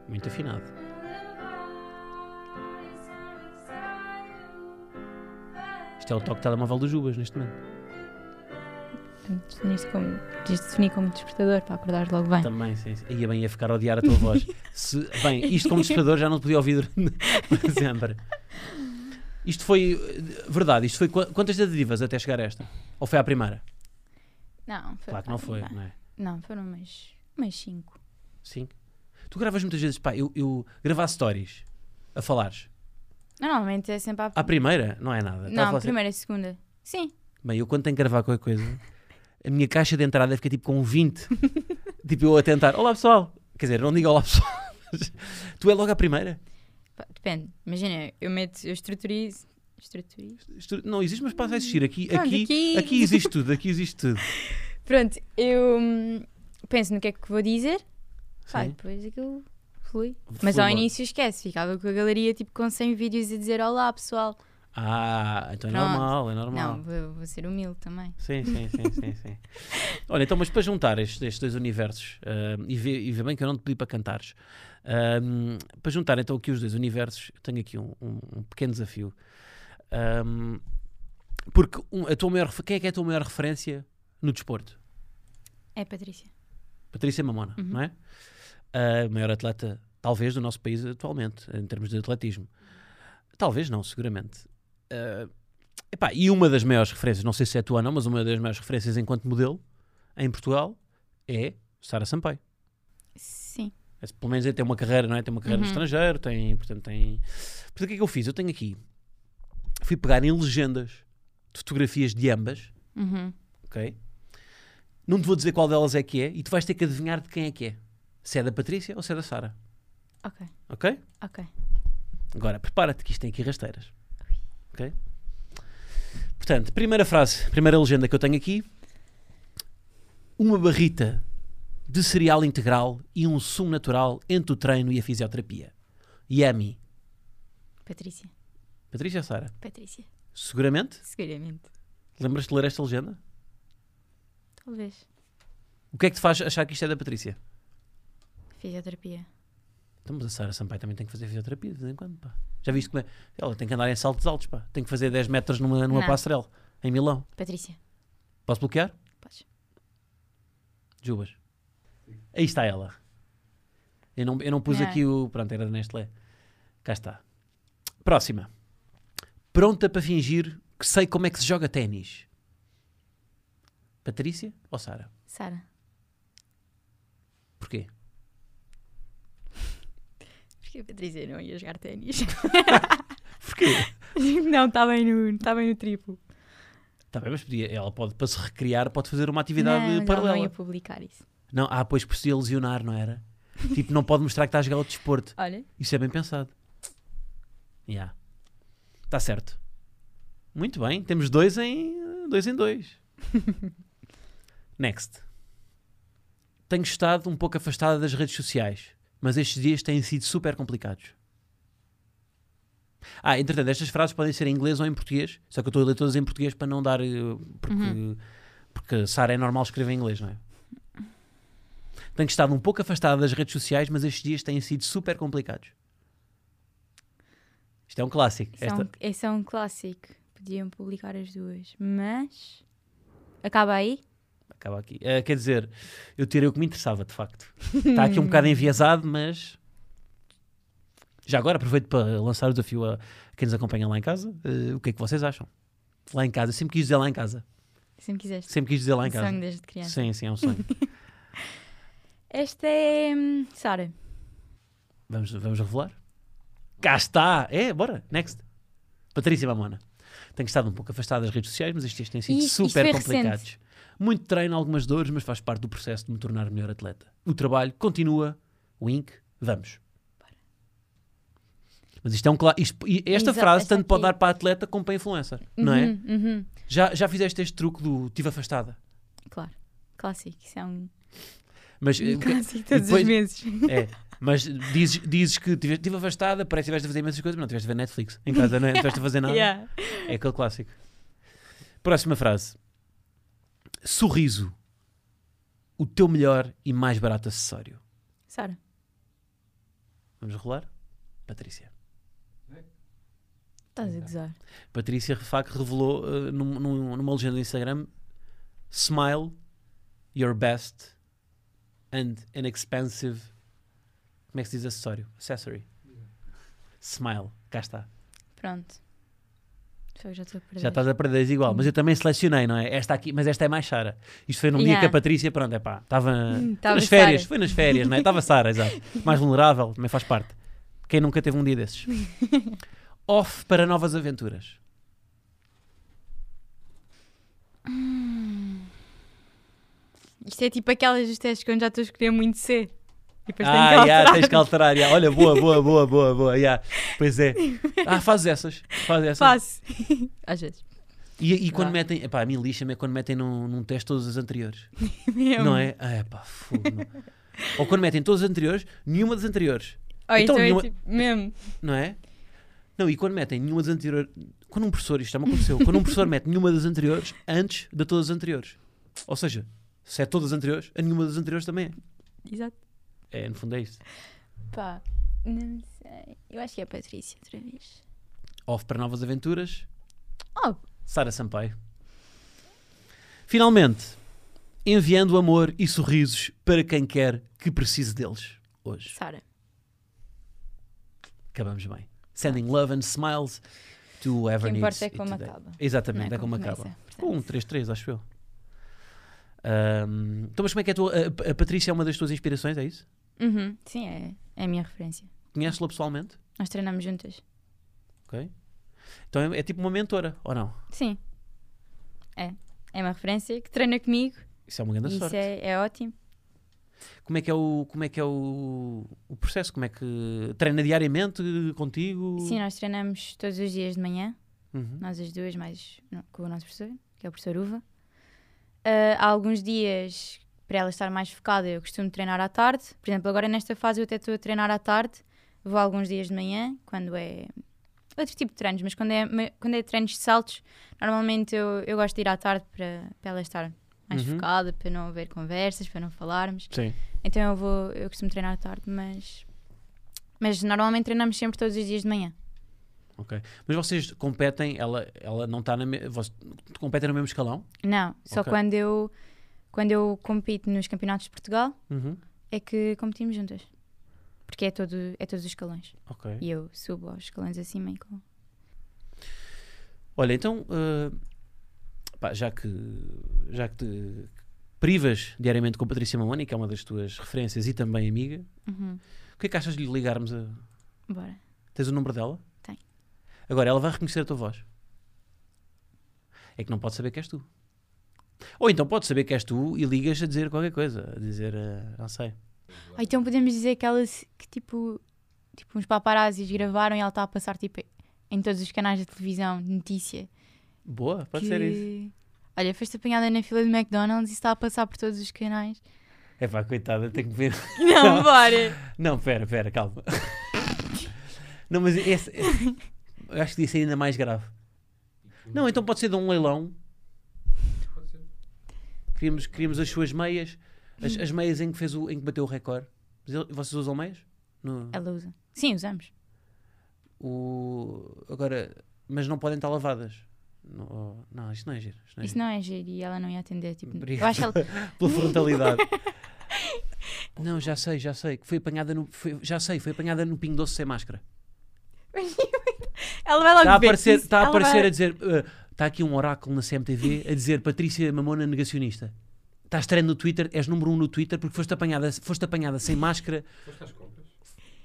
Speaker 1: Muito afinado. Isto é o toque de telemóvel do Jubas neste momento.
Speaker 3: Definiste como, diz definir como despertador para acordares logo bem.
Speaker 1: <laughs> Também, sim. sim. Ia bem, ia ficar a odiar a tua voz. Se- bem, isto como despertador já não te podia ouvir durante- <laughs> para sempre. Isto foi eh, verdade, isto foi qua- quantas tentativas até chegar a esta? Ou foi a primeira?
Speaker 3: Não, foi
Speaker 1: Claro que não foi, não é?
Speaker 3: Não, foram umas, umas cinco.
Speaker 1: Sim. Tu gravas muitas vezes, pá, eu, eu gravar stories a falares.
Speaker 3: Normalmente é sempre à,
Speaker 1: À primeira, não é nada. Estava a
Speaker 3: Não,
Speaker 1: falar assim,
Speaker 3: primeira e segunda. Sim.
Speaker 1: Bem, eu quando tenho que gravar qualquer coisa, a minha caixa de entrada fica tipo com 20. <laughs> tipo eu a tentar, olá pessoal. Quer dizer, não digo olá pessoal. <laughs> mas tu é logo a primeira.
Speaker 3: Pá, Depende. Imagina, eu meto, eu estruturizo. Estruturizo.
Speaker 1: Isto Não existe, mas passa a existir. Aqui,
Speaker 3: Pronto,
Speaker 1: aqui, aqui...
Speaker 3: aqui- <laughs>
Speaker 1: existe tudo, aqui existe tudo.
Speaker 3: Pronto, eu hum, penso no que é que vou dizer. Pá, e
Speaker 1: Sim.
Speaker 3: depois aquilo flui. Mas
Speaker 1: Flui
Speaker 3: ao
Speaker 1: logo.
Speaker 3: início esquece, ficava com a galeria tipo com 100 vídeos a dizer olá pessoal.
Speaker 1: Ah, então é
Speaker 3: Pronto.
Speaker 1: normal, é normal.
Speaker 3: Não, vou, vou ser humilde também.
Speaker 1: Sim, sim, sim, sim,
Speaker 3: <laughs>
Speaker 1: sim. Olha, então, mas para juntar estes, estes dois universos, ahm, e, vê, e vê bem que eu não te pedi para cantares, ahm, para juntar então aqui os dois universos, tenho aqui um, um- um pequeno desafio. Ahm, porque um- a tua maior, refe- quem é que é a tua maior referência no desporto?
Speaker 3: É Patrícia.
Speaker 1: Patrícia Mamona,
Speaker 3: Uhum.
Speaker 1: não é? A maior atleta, talvez, do nosso país atualmente, em termos de atletismo. Talvez não, seguramente. Ah, epá, e uma das maiores referências, não sei se é tua ou não, mas uma das maiores referências enquanto modelo em Portugal é Sara Sampaio.
Speaker 3: Sim.
Speaker 1: É, Pelo menos é, tem uma carreira, não é? Tem uma carreira no
Speaker 3: Uhum.
Speaker 1: estrangeiro, tem, portanto, tem... Portanto, o que é que eu fiz? Eu tenho aqui... Fui pegar em legendas de fotografias de ambas,
Speaker 3: Uhum.
Speaker 1: ok? Não te vou dizer qual delas é que é e tu vais ter que adivinhar de quem é que é. Se é da Patrícia ou se é da Sara,
Speaker 3: Ok,
Speaker 1: ok?
Speaker 3: ok.
Speaker 1: Agora, prepara-te que isto tem aqui rasteiras, ok? Portanto, primeira frase, primeira legenda que eu tenho aqui. Uma barrita de cereal integral e um sumo natural entre o treino e a fisioterapia. Yummy.
Speaker 3: Patrícia.
Speaker 1: Patrícia ou Sara?
Speaker 3: Patrícia.
Speaker 1: Seguramente.
Speaker 3: Seguramente.
Speaker 1: Lembras-te de ler esta legenda?
Speaker 3: Talvez.
Speaker 1: O que é que te faz achar que isto é da Patrícia?
Speaker 3: Fisioterapia.
Speaker 1: Então, mas a Sara Sampaio também tem que fazer fisioterapia de vez em quando, pá. Já viste como é? Ela tem que andar em saltos altos, pá. Tem que fazer 10 metros numa, numa
Speaker 3: Não.
Speaker 1: passarela, em Milão.
Speaker 3: Patrícia.
Speaker 1: Posso bloquear?
Speaker 3: Podes.
Speaker 1: Jubas. Aí está ela. Eu não, eu não pus
Speaker 3: Não.
Speaker 1: aqui o... Pronto, era da Nestlé. Cá está. Próxima. Pronta para fingir que sei como é que se joga ténis. Patrícia ou Sara?
Speaker 3: Sara.
Speaker 1: Porquê?
Speaker 3: Porque a Patrícia não ia jogar ténis. <laughs>
Speaker 1: Porquê?
Speaker 3: não, está bem, no- tá bem no triplo.
Speaker 1: Tá bem, mas podia, ela pode, para se recriar, pode fazer uma atividade
Speaker 3: não, mas ela
Speaker 1: paralela.
Speaker 3: não ia publicar isso.
Speaker 1: Não, ah, pois por se lesionar, não era? tipo, não pode mostrar que está a jogar outro desporto.
Speaker 3: Olha,
Speaker 1: Isso é bem pensado. Já. Tá
Speaker 3: <laughs>
Speaker 1: Está certo. Muito bem, temos dois em dois. Em dois. Next. Tenho estado um pouco afastada das redes sociais, mas estes dias têm sido super complicados. Ah, entretanto, estas frases podem ser em inglês ou em português, só que eu estou a ler todas em português para não dar. eh, Porque,
Speaker 3: Uhum.
Speaker 1: porque Sara é normal escrever em inglês, não é? Tenho estado um pouco afastada das redes sociais, mas estes dias têm sido super complicados. Isto é um clássico.
Speaker 3: Esse, é
Speaker 1: Esta,
Speaker 3: um, esse é um clássico. Podiam publicar as duas, mas. Acaba aí?
Speaker 1: acaba aqui. Eh, quer dizer, eu tirei o que me interessava, de facto. Está aqui um bocado enviesado, mas. Já agora aproveito para lançar o desafio a quem nos acompanha lá em casa. Eh, o que é que vocês acham? Lá em casa, eu sempre quis dizer lá em casa.
Speaker 3: Se me quiseste.
Speaker 1: Sempre quis dizer lá em
Speaker 3: Um
Speaker 1: casa.
Speaker 3: sonho desde criança.
Speaker 1: Sim, sim, é um sonho.
Speaker 3: Esta é. hum, Sara.
Speaker 1: vamos, vamos revelar? Cá está! É, bora, next. Patrícia Mamona. Tenho estado um pouco afastada das redes sociais, mas estes dias têm sido
Speaker 3: Isto- isto
Speaker 1: super
Speaker 3: foi
Speaker 1: complicados. Muito treino, algumas dores, mas faz parte do processo de me tornar melhor atleta. O trabalho continua, wink, vamos. Mas isto é um cla- isto- e Esta
Speaker 3: Exato,
Speaker 1: frase
Speaker 3: esta
Speaker 1: tanto pode
Speaker 3: aqui.
Speaker 1: dar para atleta como para influencer, não é?
Speaker 3: Uhum, uhum.
Speaker 1: Já, já fizeste este truque do tive afastada.
Speaker 3: Claro. Clássico. Isso
Speaker 1: <laughs>
Speaker 3: é um
Speaker 1: Mas, eh,
Speaker 3: um clássico todos
Speaker 1: depois-
Speaker 3: os meses.
Speaker 1: É, mas dizes, dizes que estive tive afastada, parece que estiveste a fazer imensas coisas, mas não estiveste a ver Netflix em casa, não é? Não estiveste a fazer nada.
Speaker 3: Yeah.
Speaker 1: É aquele clássico. Próxima frase. Sorriso. O teu melhor e mais barato acessório.
Speaker 3: Sara.
Speaker 1: Vamos rolar? Patrícia.
Speaker 3: Estás a gozar.
Speaker 1: Patrícia, de facto, revelou eh, num- num- numa legenda do Instagram Smile, your best and an expensive... Como é que se diz acessório? Accessory. Smile. Cá está.
Speaker 3: Pronto. Foi, já estou a perder.
Speaker 1: Já tá- estás a perder igual,
Speaker 3: Hum.
Speaker 1: mas eu também selecionei, não é? Esta aqui, mas esta é mais Sara. Isto foi num dia
Speaker 3: Yeah.
Speaker 1: que a Patrícia, pronto, é pá, estava
Speaker 3: Hum,
Speaker 1: foi
Speaker 3: tava
Speaker 1: nas férias,
Speaker 3: Sara.
Speaker 1: foi nas férias, não é? Estava Sara,
Speaker 3: <laughs>
Speaker 1: exato. Mais vulnerável, também faz parte. Quem nunca teve um dia
Speaker 3: <laughs>
Speaker 1: desses? Off para novas aventuras.
Speaker 3: Isto é tipo aquelas dos testes quando já estou a escolher muito C. E depois tenho que
Speaker 1: ah, yeah,
Speaker 3: alterar.
Speaker 1: tens que alterar. yeah. Olha, boa, boa, boa, boa, boa. Yeah. Pois
Speaker 3: <laughs>
Speaker 1: é. Ah, fazes essas. Fazes essas.
Speaker 3: Faço. <laughs> Às vezes.
Speaker 1: E, e quando
Speaker 3: Vá.
Speaker 1: metem, epá, a mim lixa-me é quando metem num, num teste todas as anteriores.
Speaker 3: Mesmo.
Speaker 1: Não é? Ah, epá, fogo. não. Ou quando metem todas as anteriores, nenhuma das anteriores.
Speaker 3: Ou
Speaker 1: Então,
Speaker 3: então, é
Speaker 1: nenhuma-
Speaker 3: tipo, mesmo.
Speaker 1: não é? Não, e quando metem nenhuma das anteriores. Quando um professor, isto já me aconteceu, quando um professor mete nenhuma das anteriores antes de todas as anteriores. Ou seja, se é todas as anteriores, a nenhuma das anteriores também
Speaker 3: Exato.
Speaker 1: é. É, no fundo é isso.
Speaker 3: Pá, não sei. Eu acho que é a Patrícia outra vez.
Speaker 1: Off para novas aventuras,
Speaker 3: Oh,
Speaker 1: Sara Sampaio. Finalmente, enviando amor e sorrisos para quem quer que precise deles hoje.
Speaker 3: Sara.
Speaker 1: Acabamos bem. Sending love and smiles to
Speaker 3: Tá. O que
Speaker 1: whoever needs
Speaker 3: importa é
Speaker 1: it
Speaker 3: como
Speaker 1: today.
Speaker 3: acaba.
Speaker 1: Exatamente,
Speaker 3: não
Speaker 1: é como
Speaker 3: começa,
Speaker 1: acaba.
Speaker 3: portanto.
Speaker 1: Com um 3-3, acho eu. Ahm, então, mas como é que é a tua. A, a Patrícia é uma das tuas inspirações, é isso?
Speaker 3: Uhum. Sim, é, é a minha referência.
Speaker 1: Conheces-la pessoalmente?
Speaker 3: Nós treinamos juntas.
Speaker 1: Ok. Então é, é tipo uma mentora, ou não?
Speaker 3: Sim. É. É uma referência que treina comigo.
Speaker 1: Isso é uma grande
Speaker 3: e isso
Speaker 1: sorte.
Speaker 3: é, é ótimo.
Speaker 1: Como é que é, o, como é, que é o, o processo? Como é que. Treina diariamente contigo?
Speaker 3: Sim, nós treinamos todos os dias de manhã.
Speaker 1: Uhum.
Speaker 3: Nós as duas, mais não, com o nosso professor, que é o professor Uva. Ah, há alguns dias, para ela estar mais focada, eu costumo treinar à tarde. Por exemplo, agora nesta fase eu até estou a treinar à tarde. Vou alguns dias de manhã, quando é outro tipo de treinos, mas quando é, ma- quando é treinos de saltos, normalmente eu, eu gosto de ir à tarde para, para ela estar mais
Speaker 1: Uhum.
Speaker 3: focada, para não haver conversas, para não falarmos.
Speaker 1: Sim.
Speaker 3: Então eu vou, eu costumo treinar à tarde, mas. Mas normalmente treinamos sempre todos os dias de manhã.
Speaker 1: Ok. Mas vocês competem, ela, ela não está na. Me... Vocês competem no mesmo escalão?
Speaker 3: Não, só
Speaker 1: Ok.
Speaker 3: quando eu quando eu compito nos campeonatos de Portugal
Speaker 1: Uhum.
Speaker 3: é que competimos juntas. Porque é, todo, é todos os escalões.
Speaker 1: Ok.
Speaker 3: E eu subo aos escalões acima e com.
Speaker 1: Olha, então, eh, pá, já que já que te privas diariamente com Patrícia Mamoni, que é uma das tuas referências e também amiga,
Speaker 3: Uhum.
Speaker 1: o que é que achas de lhe ligarmos a...
Speaker 3: Bora.
Speaker 1: Tens o número dela?
Speaker 3: Tenho.
Speaker 1: Agora, ela vai reconhecer a tua voz. É que não pode saber que és tu. Ou então pode saber que és tu e ligas a dizer qualquer coisa, a dizer, eh, não sei.
Speaker 3: Ou então podemos dizer que ela se- que tipo, tipo uns paparazzis gravaram e ela está a passar tipo em todos os canais de televisão de notícia.
Speaker 1: Boa, pode
Speaker 3: que...
Speaker 1: ser isso.
Speaker 3: Ou Olha, foste apanhada na fila do McDonald's e está a passar por todos os canais.
Speaker 1: É pá, coitada, tenho que ver.
Speaker 3: <laughs> Não, bora!
Speaker 1: Não, pera, pera, calma. <laughs> não, mas esse, esse- eu acho que devia ser ainda mais grave. Não, então pode ser de um leilão.
Speaker 2: Pode ser.
Speaker 1: Queríamos, queríamos as suas meias, as, as meias em que, fez o, em que bateu o recorde. Mas ele- Vocês usam meias? No,
Speaker 3: Ela usa. Sim, usamos.
Speaker 1: o, agora, mas não podem estar lavadas. Não, não, isto não é giro. Isto não é
Speaker 3: Isso
Speaker 1: giro.
Speaker 3: não é giro e ela não ia atender. Tipo, eu
Speaker 1: Obrigado.
Speaker 3: acho ela.
Speaker 1: Pela frontalidade. não, já sei, já sei. que Foi apanhada no, foi- já sei, foi apanhada no Pingo Doce sem máscara.
Speaker 3: <laughs> ela vai
Speaker 1: Está Tá
Speaker 3: logo
Speaker 1: a
Speaker 3: ver
Speaker 1: aparecer,
Speaker 3: isso.
Speaker 1: está a,
Speaker 3: Ela vai-
Speaker 1: aparecer a dizer. Está aqui um oráculo na CMTV a dizer Patrícia Mamona negacionista. Estás trend no Twitter, és número um no Twitter porque foste apanhada, foste apanhada sem máscara.
Speaker 2: Foste às compras?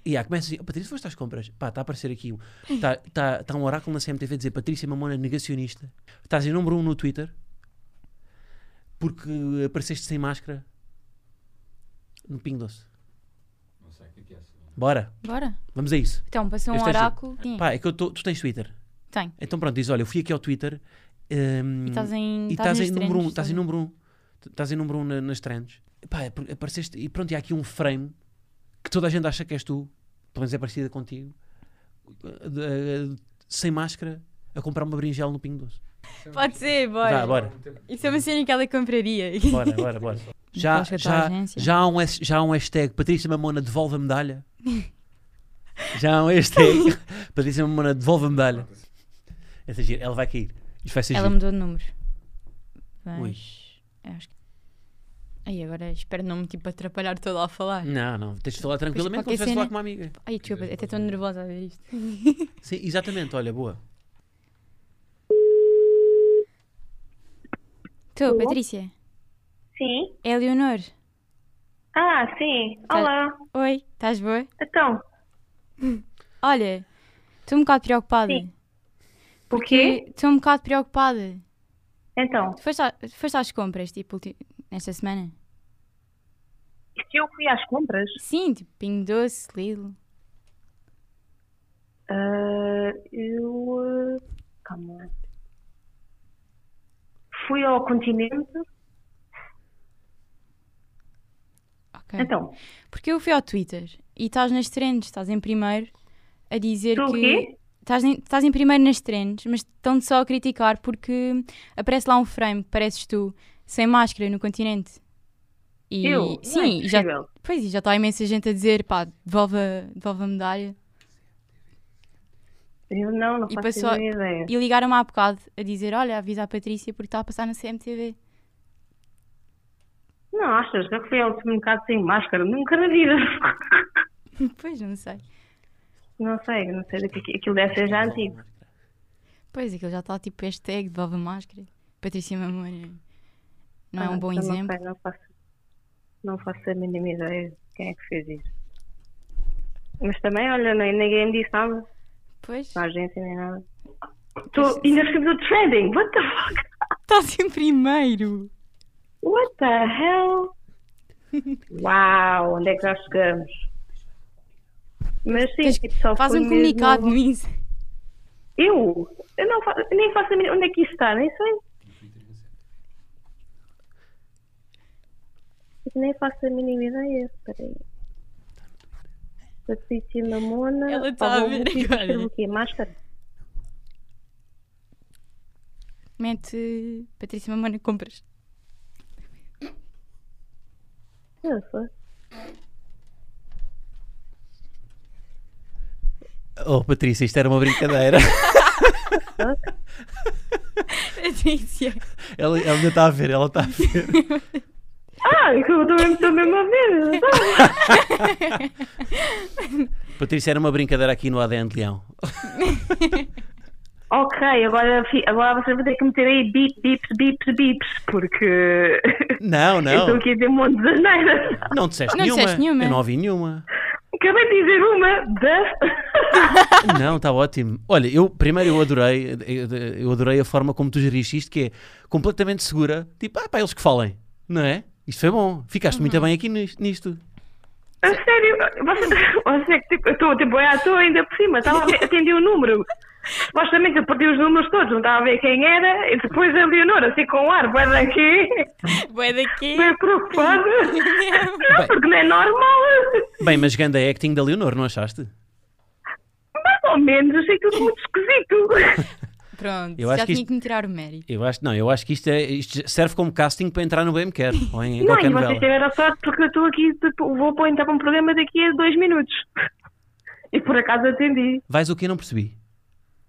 Speaker 1: E há, começa assim: "Oh, Patrícia, foste às compras. Pá, está a aparecer aqui. Está tá, tá um oráculo na CMTV a dizer Patrícia Mamona negacionista. Estás em número um no Twitter porque apareceste sem máscara no Ping Doce.
Speaker 2: Não sei o que é que é essa.
Speaker 1: Bora,
Speaker 3: Bora.
Speaker 1: vamos a isso.
Speaker 3: Então, passou um
Speaker 1: Este é giro.
Speaker 3: oráculo. Sim,
Speaker 1: Pá, é que eu tô, tu tens Twitter.
Speaker 3: Tenho.
Speaker 1: Então pronto, diz: olha, eu fui aqui ao Twitter. hum,
Speaker 3: E estás em.
Speaker 1: E estás
Speaker 3: tá nas
Speaker 1: em número 1, um,
Speaker 3: trends,
Speaker 1: estás em número 1. Um, estás em número 1 um na- nas trends. Pá, é por- apareceste e pronto, e há aqui um frame que toda a gente acha que és tu, pelo menos é parecida contigo, eh, de- eh, sem máscara, a comprar uma berinjela no Pingo Doce.
Speaker 3: Pode ser,
Speaker 1: um. Vá,
Speaker 3: bora.
Speaker 1: bora.
Speaker 3: Isso é uma cena que <laughs> ela compraria.
Speaker 1: Bora, bora, bora. Já,
Speaker 3: Aquelas que a tua
Speaker 1: já,
Speaker 3: agência-
Speaker 1: já, há um, has- já há um hashtag Patrícia Mamona devolve a
Speaker 3: <laughs>
Speaker 1: medalha. Já há um hashtag <laughs> Patrícia Mamona devolve a medalha. Essa é giro, ela vai cair. Isto vai ser
Speaker 3: Ela
Speaker 1: giro.
Speaker 3: mudou de número. Mas. eu Acho que. Aí agora espero não me tipo atrapalhar toda a falar.
Speaker 1: Não, não, tens de falar tranquilamente como se
Speaker 3: qualquer
Speaker 1: estivesse a falar
Speaker 3: cena-
Speaker 1: com uma amiga.
Speaker 3: Ai, desculpa, até estou nervosa a ver isto.
Speaker 1: Sim, exatamente, olha, boa.
Speaker 3: Estou, Patrícia.
Speaker 4: Sim.
Speaker 3: É a Leonor.
Speaker 4: Ah, sim.
Speaker 3: Tá.
Speaker 4: Olá.
Speaker 3: Oi, estás boa?
Speaker 4: Então,
Speaker 3: Olha, estou um bocado preocupada.
Speaker 4: Sim. o quê?
Speaker 3: Estou um bocado preocupada.
Speaker 4: Então,
Speaker 3: Tu foste, a- tu foste às compras, tipo, ulti- esta semana?
Speaker 4: se eu fui às compras,
Speaker 3: Sim, tipo, Pingo Doce, Lidl.
Speaker 4: ah, eu. ah, calma. lá. Fui ao continente.
Speaker 3: Ok.
Speaker 4: Então,
Speaker 3: Porque eu fui ao Twitter e estás nas trends, estás em primeiro a dizer
Speaker 4: Tu o
Speaker 3: que.
Speaker 4: quê?
Speaker 3: Estás em, estás em primeiro nas trends, mas estão-te só a criticar porque aparece lá um frame que pareces tu, sem máscara, no continente. E,
Speaker 4: eu. Não é
Speaker 3: sim, e já,
Speaker 4: possível.
Speaker 3: pois, e já está imensa gente a dizer, pá, devolve a, devolve a medalha.
Speaker 4: Eu não, não
Speaker 3: E
Speaker 4: faço
Speaker 3: passou-
Speaker 4: a mínima ideia.
Speaker 3: E ligaram-me há bocado a dizer, olha, avisa a Patrícia porque está a passar na CMTV.
Speaker 4: Não, achas? Já que fui ao supermercado sem máscara? Nunca na vida.
Speaker 3: <laughs>
Speaker 4: <laughs>
Speaker 3: pois, não sei.
Speaker 4: Não sei, não sei. do que- Aquilo deve ser É já antigo.
Speaker 3: Pois, aquilo já está tipo hashtag, devolve a máscara. Patrícia Mamona não é
Speaker 4: Ah,
Speaker 3: um bom
Speaker 4: então não
Speaker 3: exemplo.
Speaker 4: sei, não faço, não faço a mínima ideia de quem é que fez isso. Mas também, olha, nem- ninguém me disse nada.
Speaker 3: Pois,
Speaker 4: na agência nem nada. Tô, ainda fiz o trending. What the fuck?
Speaker 3: estás <laughs> em primeiro.
Speaker 4: What
Speaker 3: <laughs>
Speaker 4: the hell? Uau, onde é que já chegamos? Mas sim,
Speaker 3: Tens-
Speaker 4: tipo, só
Speaker 3: Faz
Speaker 4: foi
Speaker 3: um comunicado
Speaker 4: mesmo-
Speaker 3: no Insta.
Speaker 4: Eu? Eu não faço, nem faço a mínima- Onde é que isso está? Nem sei. Eu Tipo, nem faço a mínima ideia. Espera aí. Patrícia Mamona.
Speaker 3: Ela tá a
Speaker 4: Pablo
Speaker 3: ver
Speaker 4: Lúcio,
Speaker 3: agora.
Speaker 4: escreve O quê? Máscara?
Speaker 3: Mete Patrícia Mamona compras. <laughs>
Speaker 4: Não sei.
Speaker 1: Oh, Patrícia, isto era uma
Speaker 4: <laughs>
Speaker 1: brincadeira.
Speaker 3: Patrícia.
Speaker 1: Ela, ela ainda está a ver, ela está a ver.
Speaker 4: Ah, eu estou mesmo, estou mesmo a ver.
Speaker 1: Patrícia, era uma brincadeira aqui no ADN de Leão.
Speaker 4: Ok, agora, fi- agora vocês vão ter que meter aí bip, bips, bips, bips, porque
Speaker 1: Não,
Speaker 4: eu estou
Speaker 1: não.
Speaker 4: aqui a dizer um monte de asneiras.
Speaker 1: Não disseste
Speaker 3: Não
Speaker 1: nenhuma.
Speaker 3: disseste nenhuma.
Speaker 1: Eu não ouvi nenhuma.
Speaker 4: Acabei de dizer uma das.
Speaker 1: Não, está ótimo. Olha, eu primeiro eu adorei, eu- eu adorei a forma como tu geriste isto, que é completamente segura. Tipo, ah, pá, eles que falem, não é? Isto foi bom. Ficaste
Speaker 3: Uhum.
Speaker 1: muito bem aqui nis- nisto.
Speaker 4: A tá- <laughs> sério, vocês, vocês é que, tipo, eu estou tipo, é à toa ainda por cima, estava a ver- atendi o número. Supostamente eu perdi os números todos, não estava a ver quem era, e depois a Leonora, assim com o ar, vai daqui,
Speaker 3: Boa daqui.
Speaker 4: bem preocupada.
Speaker 1: <laughs>
Speaker 4: Não,
Speaker 1: Bem.
Speaker 4: porque não é normal.
Speaker 1: Bem, mas ganda acting da Leonor, não achaste?
Speaker 4: Mais ou menos, achei tudo muito
Speaker 1: <laughs>
Speaker 4: esquisito.
Speaker 3: Pronto,
Speaker 1: Eu
Speaker 3: já
Speaker 1: acho que
Speaker 3: tinha
Speaker 1: isto-
Speaker 3: que me tirar o mérito.
Speaker 1: Eu acho, não, eu acho que isto, é, isto serve como casting para entrar no BMCare ou em
Speaker 4: Não,
Speaker 1: qualquer
Speaker 4: e vocês
Speaker 1: novela.
Speaker 4: tiveram sorte porque eu estou aqui, tipo, vou pôr então para um programa daqui a dois minutos. E por acaso atendi.
Speaker 1: Vais o quê? Não percebi.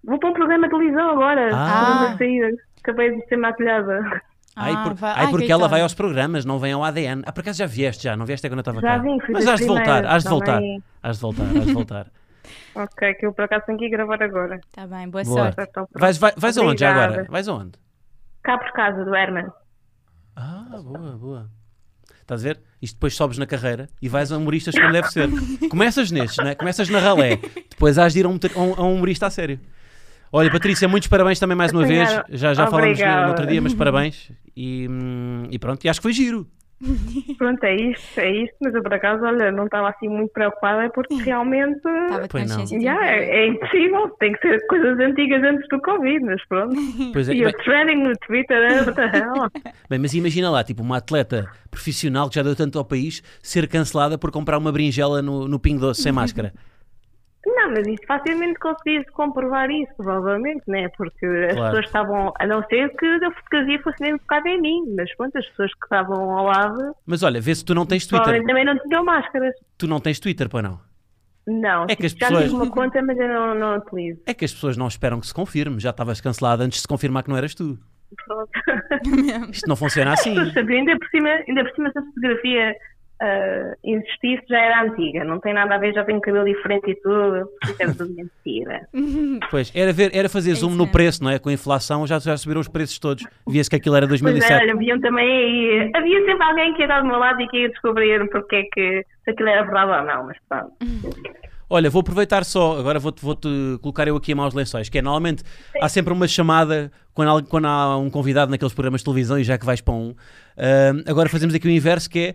Speaker 4: Vou para um programa de televisão agora.
Speaker 1: Ah.
Speaker 4: Programa de saída. Acabei de ser maquilhada.
Speaker 1: Ai, por-
Speaker 3: Ah, vai-
Speaker 1: ai, porque ela
Speaker 3: coitada.
Speaker 1: vai aos programas, não vem ao ADN. Ah, por acaso já vieste, já, não vieste é quando eu estava
Speaker 4: Já
Speaker 1: cá.
Speaker 4: vim, fui
Speaker 1: Mas
Speaker 4: das
Speaker 1: hás de voltar,
Speaker 4: primeiras,
Speaker 1: hás de voltar.
Speaker 4: também.
Speaker 1: Hás de voltar, hás de
Speaker 3: <laughs>
Speaker 1: voltar.
Speaker 4: Ok, que eu por acaso tenho que ir gravar agora.
Speaker 3: Tá bem, boa,
Speaker 1: Boa.
Speaker 3: sorte.
Speaker 4: Então, pronto.
Speaker 1: Vais, vai, vais aonde já
Speaker 4: Obrigada.
Speaker 1: agora? Vais aonde?
Speaker 4: Cá por casa do Herman.
Speaker 1: Ah, boa, boa. Estás a ver? Isto depois sobes na carreira e vais a humoristas como deve
Speaker 3: <laughs>
Speaker 1: ser. Começas nestes, né? Começas na ralé. Depois hás de ir a um, a um- a um humorista a sério. Olha, Patrícia, muitos parabéns também mais uma vez.
Speaker 4: Obrigada.
Speaker 1: Já, já falámos no- no
Speaker 4: Obrigada.
Speaker 1: outro dia, mas parabéns. E, hum, e pronto, e acho que foi giro.
Speaker 4: Pronto, é isto, é isto. Mas eu por acaso, olha, não estava assim muito preocupada porque realmente.
Speaker 3: Estava de
Speaker 1: Pois não.
Speaker 3: consciência.
Speaker 4: já, é,
Speaker 3: tranquila.
Speaker 4: é impossível. Tem que ser coisas antigas antes do Covid, mas pronto.
Speaker 1: Pois é,
Speaker 4: E eu
Speaker 1: bem,
Speaker 4: trending no Twitter, eh, what the hell?
Speaker 1: bem, mas imagina lá, tipo, uma atleta profissional que já deu tanto ao país ser cancelada por comprar uma berinjela no, no Pingo Doce sem máscara.
Speaker 4: Não, mas isso facilmente conseguia-se comprovar isso, provavelmente, né? Porque as
Speaker 1: Claro.
Speaker 4: pessoas estavam, a não ser que a fotografia fosse mesmo focada em mim, mas pronto, as pessoas que estavam ao lado
Speaker 1: Mas olha, vê se tu não tens Twitter.
Speaker 4: provavelmente também não tinham máscaras.
Speaker 1: Tu não tens Twitter, pois não?
Speaker 4: Não,
Speaker 1: É que as
Speaker 4: já
Speaker 1: pessoas-
Speaker 4: tive uma conta, mas eu não, não utilizo.
Speaker 1: É que as pessoas não esperam que se confirme. Já estavas cancelada antes de se confirmar que não eras tu.
Speaker 4: Pronto.
Speaker 1: Isto não funciona
Speaker 4: <laughs>
Speaker 1: assim.
Speaker 4: Mas sabe, ainda, por cima, ainda por cima, se a fotografia ah, existisse, já era antiga, não tem nada a ver, já tenho cabelo diferente e tudo,
Speaker 1: <laughs>
Speaker 4: isso é tudo mentira.
Speaker 1: Pois, era, ver, era fazer
Speaker 3: isso
Speaker 1: zoom no
Speaker 3: mesmo.
Speaker 1: preço, não é? Com a inflação já, já subiram os preços todos. Via-se que aquilo era
Speaker 4: Pois
Speaker 1: 2007.
Speaker 4: é, olha, haviam também aí. Havia sempre alguém que ia dar do meu lado e que ia descobrir porque é que se aquilo era verdade ou não, mas pronto.
Speaker 1: Olha, vou aproveitar só, agora vou-te vou-te colocar eu aqui a maus lençóis, que é normalmente há sempre uma chamada quando há, quando há um convidado naqueles programas de televisão e já que vais para um. ahm, agora fazemos aqui o inverso que é,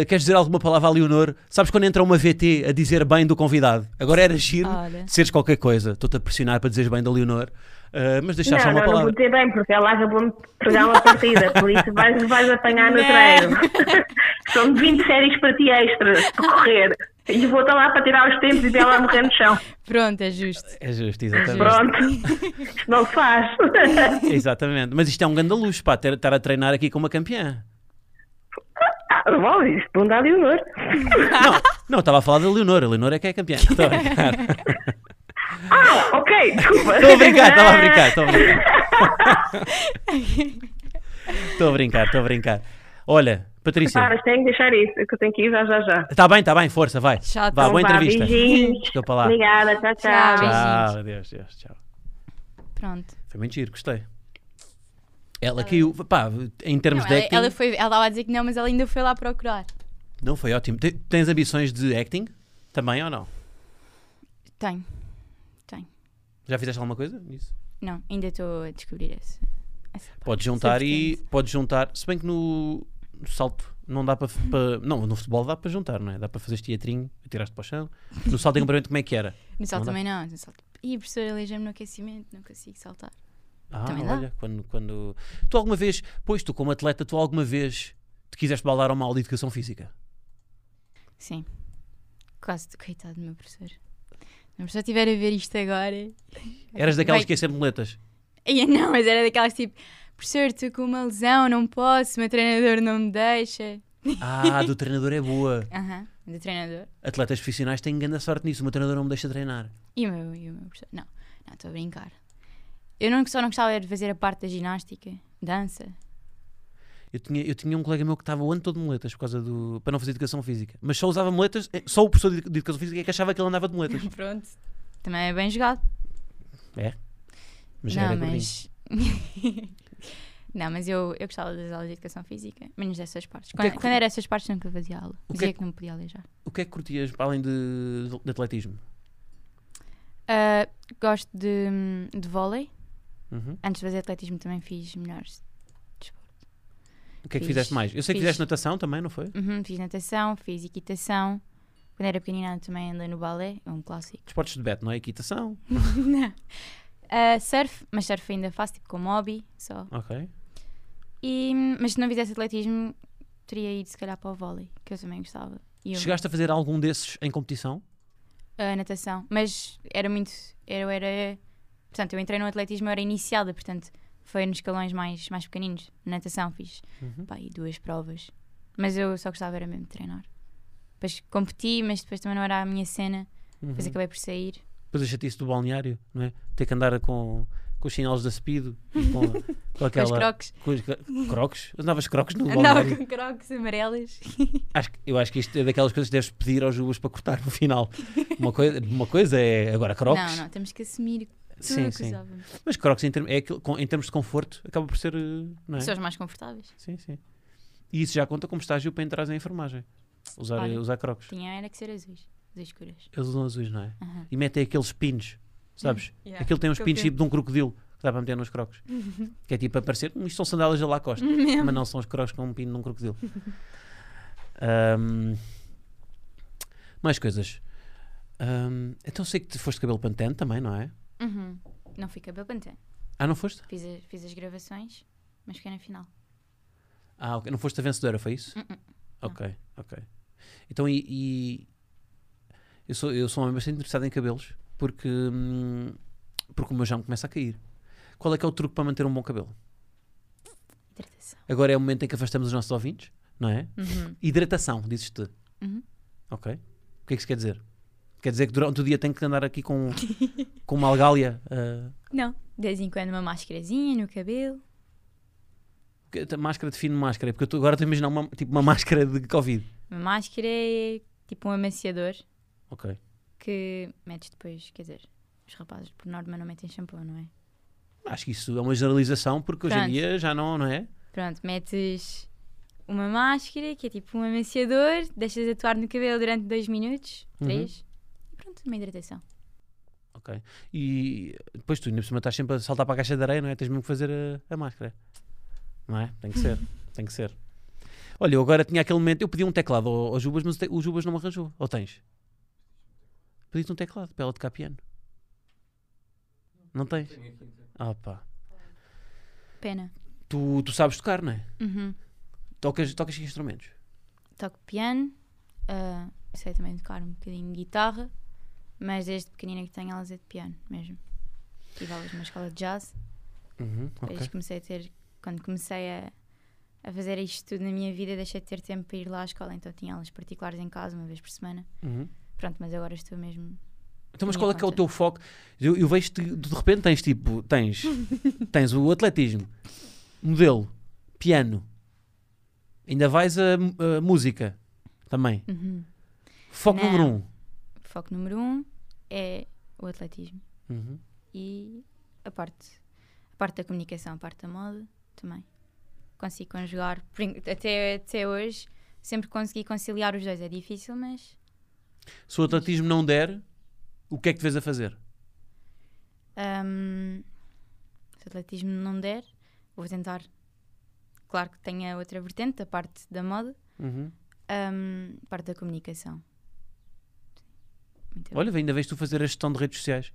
Speaker 1: eh, queres dizer alguma palavra a Leonor? Sabes quando entra uma VT a dizer bem do convidado? Agora era giro
Speaker 3: Olha.
Speaker 1: de seres qualquer coisa, estou-te a pressionar para dizeres bem da Leonor, ah, mas deixar só uma
Speaker 4: não, não, não vou
Speaker 1: palavra.
Speaker 4: dizer bem, porque é ela acabou-me de pegar uma partida, por isso vais, vais apanhar no
Speaker 3: Não.
Speaker 4: treino. <laughs> São 20 séries para ti extras, para correr. E vou estar lá para tirar os tempos e dela a morrer no
Speaker 1: <laughs>
Speaker 4: chão.
Speaker 3: <laughs> Pronto, é justo.
Speaker 1: É justo, exatamente.
Speaker 4: Pronto. Isto não se faz.
Speaker 1: Exatamente, mas isto é um grande luxo, pá, ter, estar a treinar aqui com uma campeã.
Speaker 4: Ah, bom, isto não dá de honor.
Speaker 1: Não, não, estava a falar da Leonor, a Leonor é que é campeã. Estou a brincar,
Speaker 4: <laughs> Ah, ok, desculpa. Ah,
Speaker 1: Estou a brincar, estava a brincar, estou a brincar. Estou a brincar, estou a brincar. Olha,
Speaker 4: Ah,
Speaker 1: Patrícia,
Speaker 4: mas tenho que deixar isso, que eu tenho que ir já, já, já.
Speaker 1: está bem, está bem, força, vai.
Speaker 3: Tchau,
Speaker 1: Vá,
Speaker 3: então
Speaker 1: boa
Speaker 4: vá,
Speaker 1: entrevista.
Speaker 4: beijinhos.
Speaker 1: Desculpa lá.
Speaker 4: Obrigada, tchau,
Speaker 3: Tchau.
Speaker 4: tchau.
Speaker 1: Tchau, adeus, adeus, tchau.
Speaker 3: <laughs> Pronto.
Speaker 1: Foi muito giro, gostei. Ela caiu, pá, em termos
Speaker 3: Ah.
Speaker 1: de
Speaker 3: Não, ela,
Speaker 1: acting,
Speaker 3: ela foi, ela estava a dizer que não, mas ela ainda foi lá procurar.
Speaker 1: não foi ótimo. Te- Tens ambições de acting também ou não?
Speaker 3: Tenho.
Speaker 1: Já fizeste alguma coisa nisso?
Speaker 3: Não, ainda estou a descobrir esse. essa parte.
Speaker 1: Podes juntar e
Speaker 3: Substância.
Speaker 1: podes juntar, se bem que no no salto não dá para não, no futebol dá para juntar, não é? Dá para fazer teatrinho, atiraste para o chão. No salto em comprimento como é que era?
Speaker 3: No salto
Speaker 1: Não dá.
Speaker 3: também não. No salto. Ih, professora, aleijei-me no aquecimento, não consigo saltar.
Speaker 1: Ah,
Speaker 3: Também dá.
Speaker 1: olha, quando, quando tu alguma vez, pois tu como atleta, tu alguma vez te quiseste baldar ao mal de educação física?
Speaker 3: Sim. Quase, coitado do meu professor. Se o professor estiver a ver isto agora. <laughs>
Speaker 1: Eras daquelas
Speaker 3: Bem-
Speaker 1: que ia sempre moletas.
Speaker 3: Ia não, mas era daquelas tipo, professor, estou com uma lesão, não posso, meu treinador não me deixa.
Speaker 1: Ah, do treinador é boa.
Speaker 3: Aham, do treinador.
Speaker 1: Atletas profissionais têm grande sorte nisso. O meu treinador não me deixa treinar.
Speaker 3: E o meu, e o meu professor. Não, não, estou a brincar. Eu não, só não gostava era de fazer a parte da ginástica, dança. <laughs>
Speaker 1: Eu tinha, eu tinha um colega meu que estava o ano todo de moletas por causa do. para não fazer educação física. Mas só usava moletas, eh, só o professor de de educação física é que achava que ele andava de
Speaker 3: <laughs>
Speaker 1: moletas.
Speaker 3: Pronto. Também é bem jogado.
Speaker 1: Mas já
Speaker 3: não,
Speaker 1: era gordinho.
Speaker 3: mas. <laughs> não, mas eu, eu gostava das aulas de educação física, menos dessas partes.
Speaker 1: que é
Speaker 3: Quando,
Speaker 1: que-
Speaker 3: quando era essas partes, nunca fazia aula.
Speaker 1: que é
Speaker 3: Dizia
Speaker 1: que-
Speaker 3: que não me podia aleijar.
Speaker 1: O que é que curtias para além de, de atletismo?
Speaker 3: Ah, gosto de, de vôlei.
Speaker 1: Uhum.
Speaker 3: Antes de fazer atletismo, também fiz melhores.
Speaker 1: O que é que
Speaker 3: Fiz-
Speaker 1: fizeste mais? Eu sei que
Speaker 3: fiz-
Speaker 1: fizeste natação também, não foi?
Speaker 3: Uhum, fiz natação, fiz equitação. Quando era pequenina também andei no balé, é um clássico.
Speaker 1: Desportos de bet, não é? Equitação.
Speaker 3: Não. Ah, surf, mas surf ainda faço tipo como hobby só.
Speaker 1: Ok.
Speaker 3: E, mas se não fizesse atletismo, teria ido se calhar para o vôlei, que eu também gostava. E eu-
Speaker 1: Chegaste a fazer algum desses em competição?
Speaker 3: a natação, mas era muito. Eu era. Portanto, eu entrei no atletismo, eu era iniciada, portanto, foi nos escalões mais, mais pequeninos. Natação fiz.
Speaker 1: Uhum.
Speaker 3: Pá, e duas provas. Mas eu só gostava era mesmo de treinar. Depois competi, mas depois também não era a minha cena.
Speaker 1: Uhum.
Speaker 3: Depois acabei por sair.
Speaker 1: Depois a chatice do balneário, não é? Ter que andar com, com os chinelos da Speedo e com,
Speaker 3: <laughs>
Speaker 1: com
Speaker 3: Com os
Speaker 1: aquela.
Speaker 3: crocs.
Speaker 1: Com os cro- crocs? Andavas crocs no
Speaker 3: Andava
Speaker 1: balneário?
Speaker 3: com crocs amarelos.
Speaker 1: Acho que- eu acho que isto é daquelas coisas que deves pedir aos Jubas para cortar no final. Uma coisa, uma coisa é agora crocs.
Speaker 3: Não, não, temos que assumir tudo
Speaker 1: Sim,
Speaker 3: o que
Speaker 1: sim.
Speaker 3: usávamos.
Speaker 1: Mas crocs em, term- é aquilo- com- em termos de conforto acaba por ser. eh, Não é?
Speaker 3: Pessoas mais confortáveis.
Speaker 1: Sim, sim. E isso já conta como estágio para entrar em enfermagem. Usar,
Speaker 3: Olha.
Speaker 1: usar crocs.
Speaker 3: Tinha era que ser azuis. Azuis escuras.
Speaker 1: Eles usam azuis, não é?
Speaker 3: Aham.
Speaker 1: E metem aqueles pinos, sabes?
Speaker 3: Yeah.
Speaker 1: Aquilo tem uns
Speaker 3: Aquele
Speaker 1: pinos
Speaker 3: pin-
Speaker 1: tipo de um crocodilo que dá para meter nos crocs.
Speaker 3: Uhum.
Speaker 1: que é tipo a parecer, "Hum, isto são sandálias da
Speaker 3: <laughs>
Speaker 1: Lacoste, mas não são os crocs com um pino num crocodilo. Ahm, mais coisas. Ahm, então sei que te foste cabelo pantene também, não é?
Speaker 3: Uhum. Não fui cabelo pantene.
Speaker 1: Ah, não foste?
Speaker 3: Fiz, a- fiz as gravações, mas fiquei na final.
Speaker 1: Ah, ok. Não foste a vencedora, foi isso?
Speaker 3: Uh-uh.
Speaker 1: Ok, ok. Então, e, e- eu, sou, eu sou um homem bastante interessado em cabelos porque, hum, porque o meu já me começa a cair. Qual é que é o truque para manter um bom cabelo?
Speaker 3: Hidratação.
Speaker 1: Agora é o momento em que afastamos os nossos ouvintes, não é? Hidratação, dizes tu.
Speaker 3: Uhum.
Speaker 1: Ok. O que é que isso quer dizer? Quer dizer que durante o dia tenho que andar aqui com, <laughs> com uma algália? ah,
Speaker 3: Não, de vez em quando uma máscarazinha no cabelo.
Speaker 1: que- t- máscara define máscara, é porque eu tô- agora estou a imaginar uma, tipo, uma <laughs> máscara de Covid.
Speaker 3: Uma máscara é tipo um amaciador
Speaker 1: Ok.
Speaker 3: que metes depois, quer dizer, os rapazes por norma não metem shampoo, não é?
Speaker 1: Acho que isso é uma generalização, porque hoje em
Speaker 3: Pronto.
Speaker 1: dia já não, não é?
Speaker 3: Pronto, metes uma máscara que é tipo um amaciador, deixas atuar no cabelo durante dois minutos,
Speaker 1: Uhum.
Speaker 3: três, e pronto, uma hidratação.
Speaker 1: Ok. E depois tu ainda por cima estás sempre a saltar para a caixa de areia, não é? Tens mesmo que fazer a, a máscara. Não é? Tem que ser. Tem que ser. Olha, eu agora tinha aquele momento. Eu pedi um teclado ao, ao Jubas, mas o, te- o Jubas não me arranjou. Ou tens? Pedi-te um teclado para ela tocar piano. Não tens?
Speaker 2: Tenho aqui, então.
Speaker 1: Ah, pá.
Speaker 3: Pena.
Speaker 1: Tu, tu sabes tocar, não é?
Speaker 3: Uhum.
Speaker 1: Tocas, tocas que instrumentos?
Speaker 3: toco piano, ah, sei também tocar um bocadinho de guitarra, mas desde pequenina que tenho aulas é de piano mesmo. Tive aulas numa escola de jazz,
Speaker 1: Uhum,
Speaker 3: depois comecei a ter, quando comecei a, a fazer isto tudo na minha vida, deixei de ter tempo para ir lá à escola, então tinha aulas particulares em casa uma vez por semana.
Speaker 1: Uhum.
Speaker 3: Pronto, mas agora estou mesmo.
Speaker 1: Então, mas
Speaker 3: Minha
Speaker 1: qual é que é o
Speaker 3: conta.
Speaker 1: teu foco? Eu, eu vejo-te, de repente, tens tipo,
Speaker 3: <laughs>
Speaker 1: tens, tens o atletismo, modelo, piano, ainda vais a, a música também.
Speaker 3: Uhum.
Speaker 1: Foco
Speaker 3: Não.
Speaker 1: número um.
Speaker 3: Foco número um é o atletismo
Speaker 1: Uhum.
Speaker 3: e a parte, a parte da comunicação, a parte da moda também. Consigo conjugar, por en- até, até hoje, sempre consegui conciliar os dois. É difícil, mas
Speaker 1: Se o atletismo não der, o que é que te vês a fazer?
Speaker 3: hum, se o atletismo não der, vou tentar. Claro que tenho a outra vertente, a parte da moda,
Speaker 1: Uhum.
Speaker 3: hum, a parte da comunicação. Muito bem.
Speaker 1: Olha, ainda vês tu fazer a gestão de redes sociais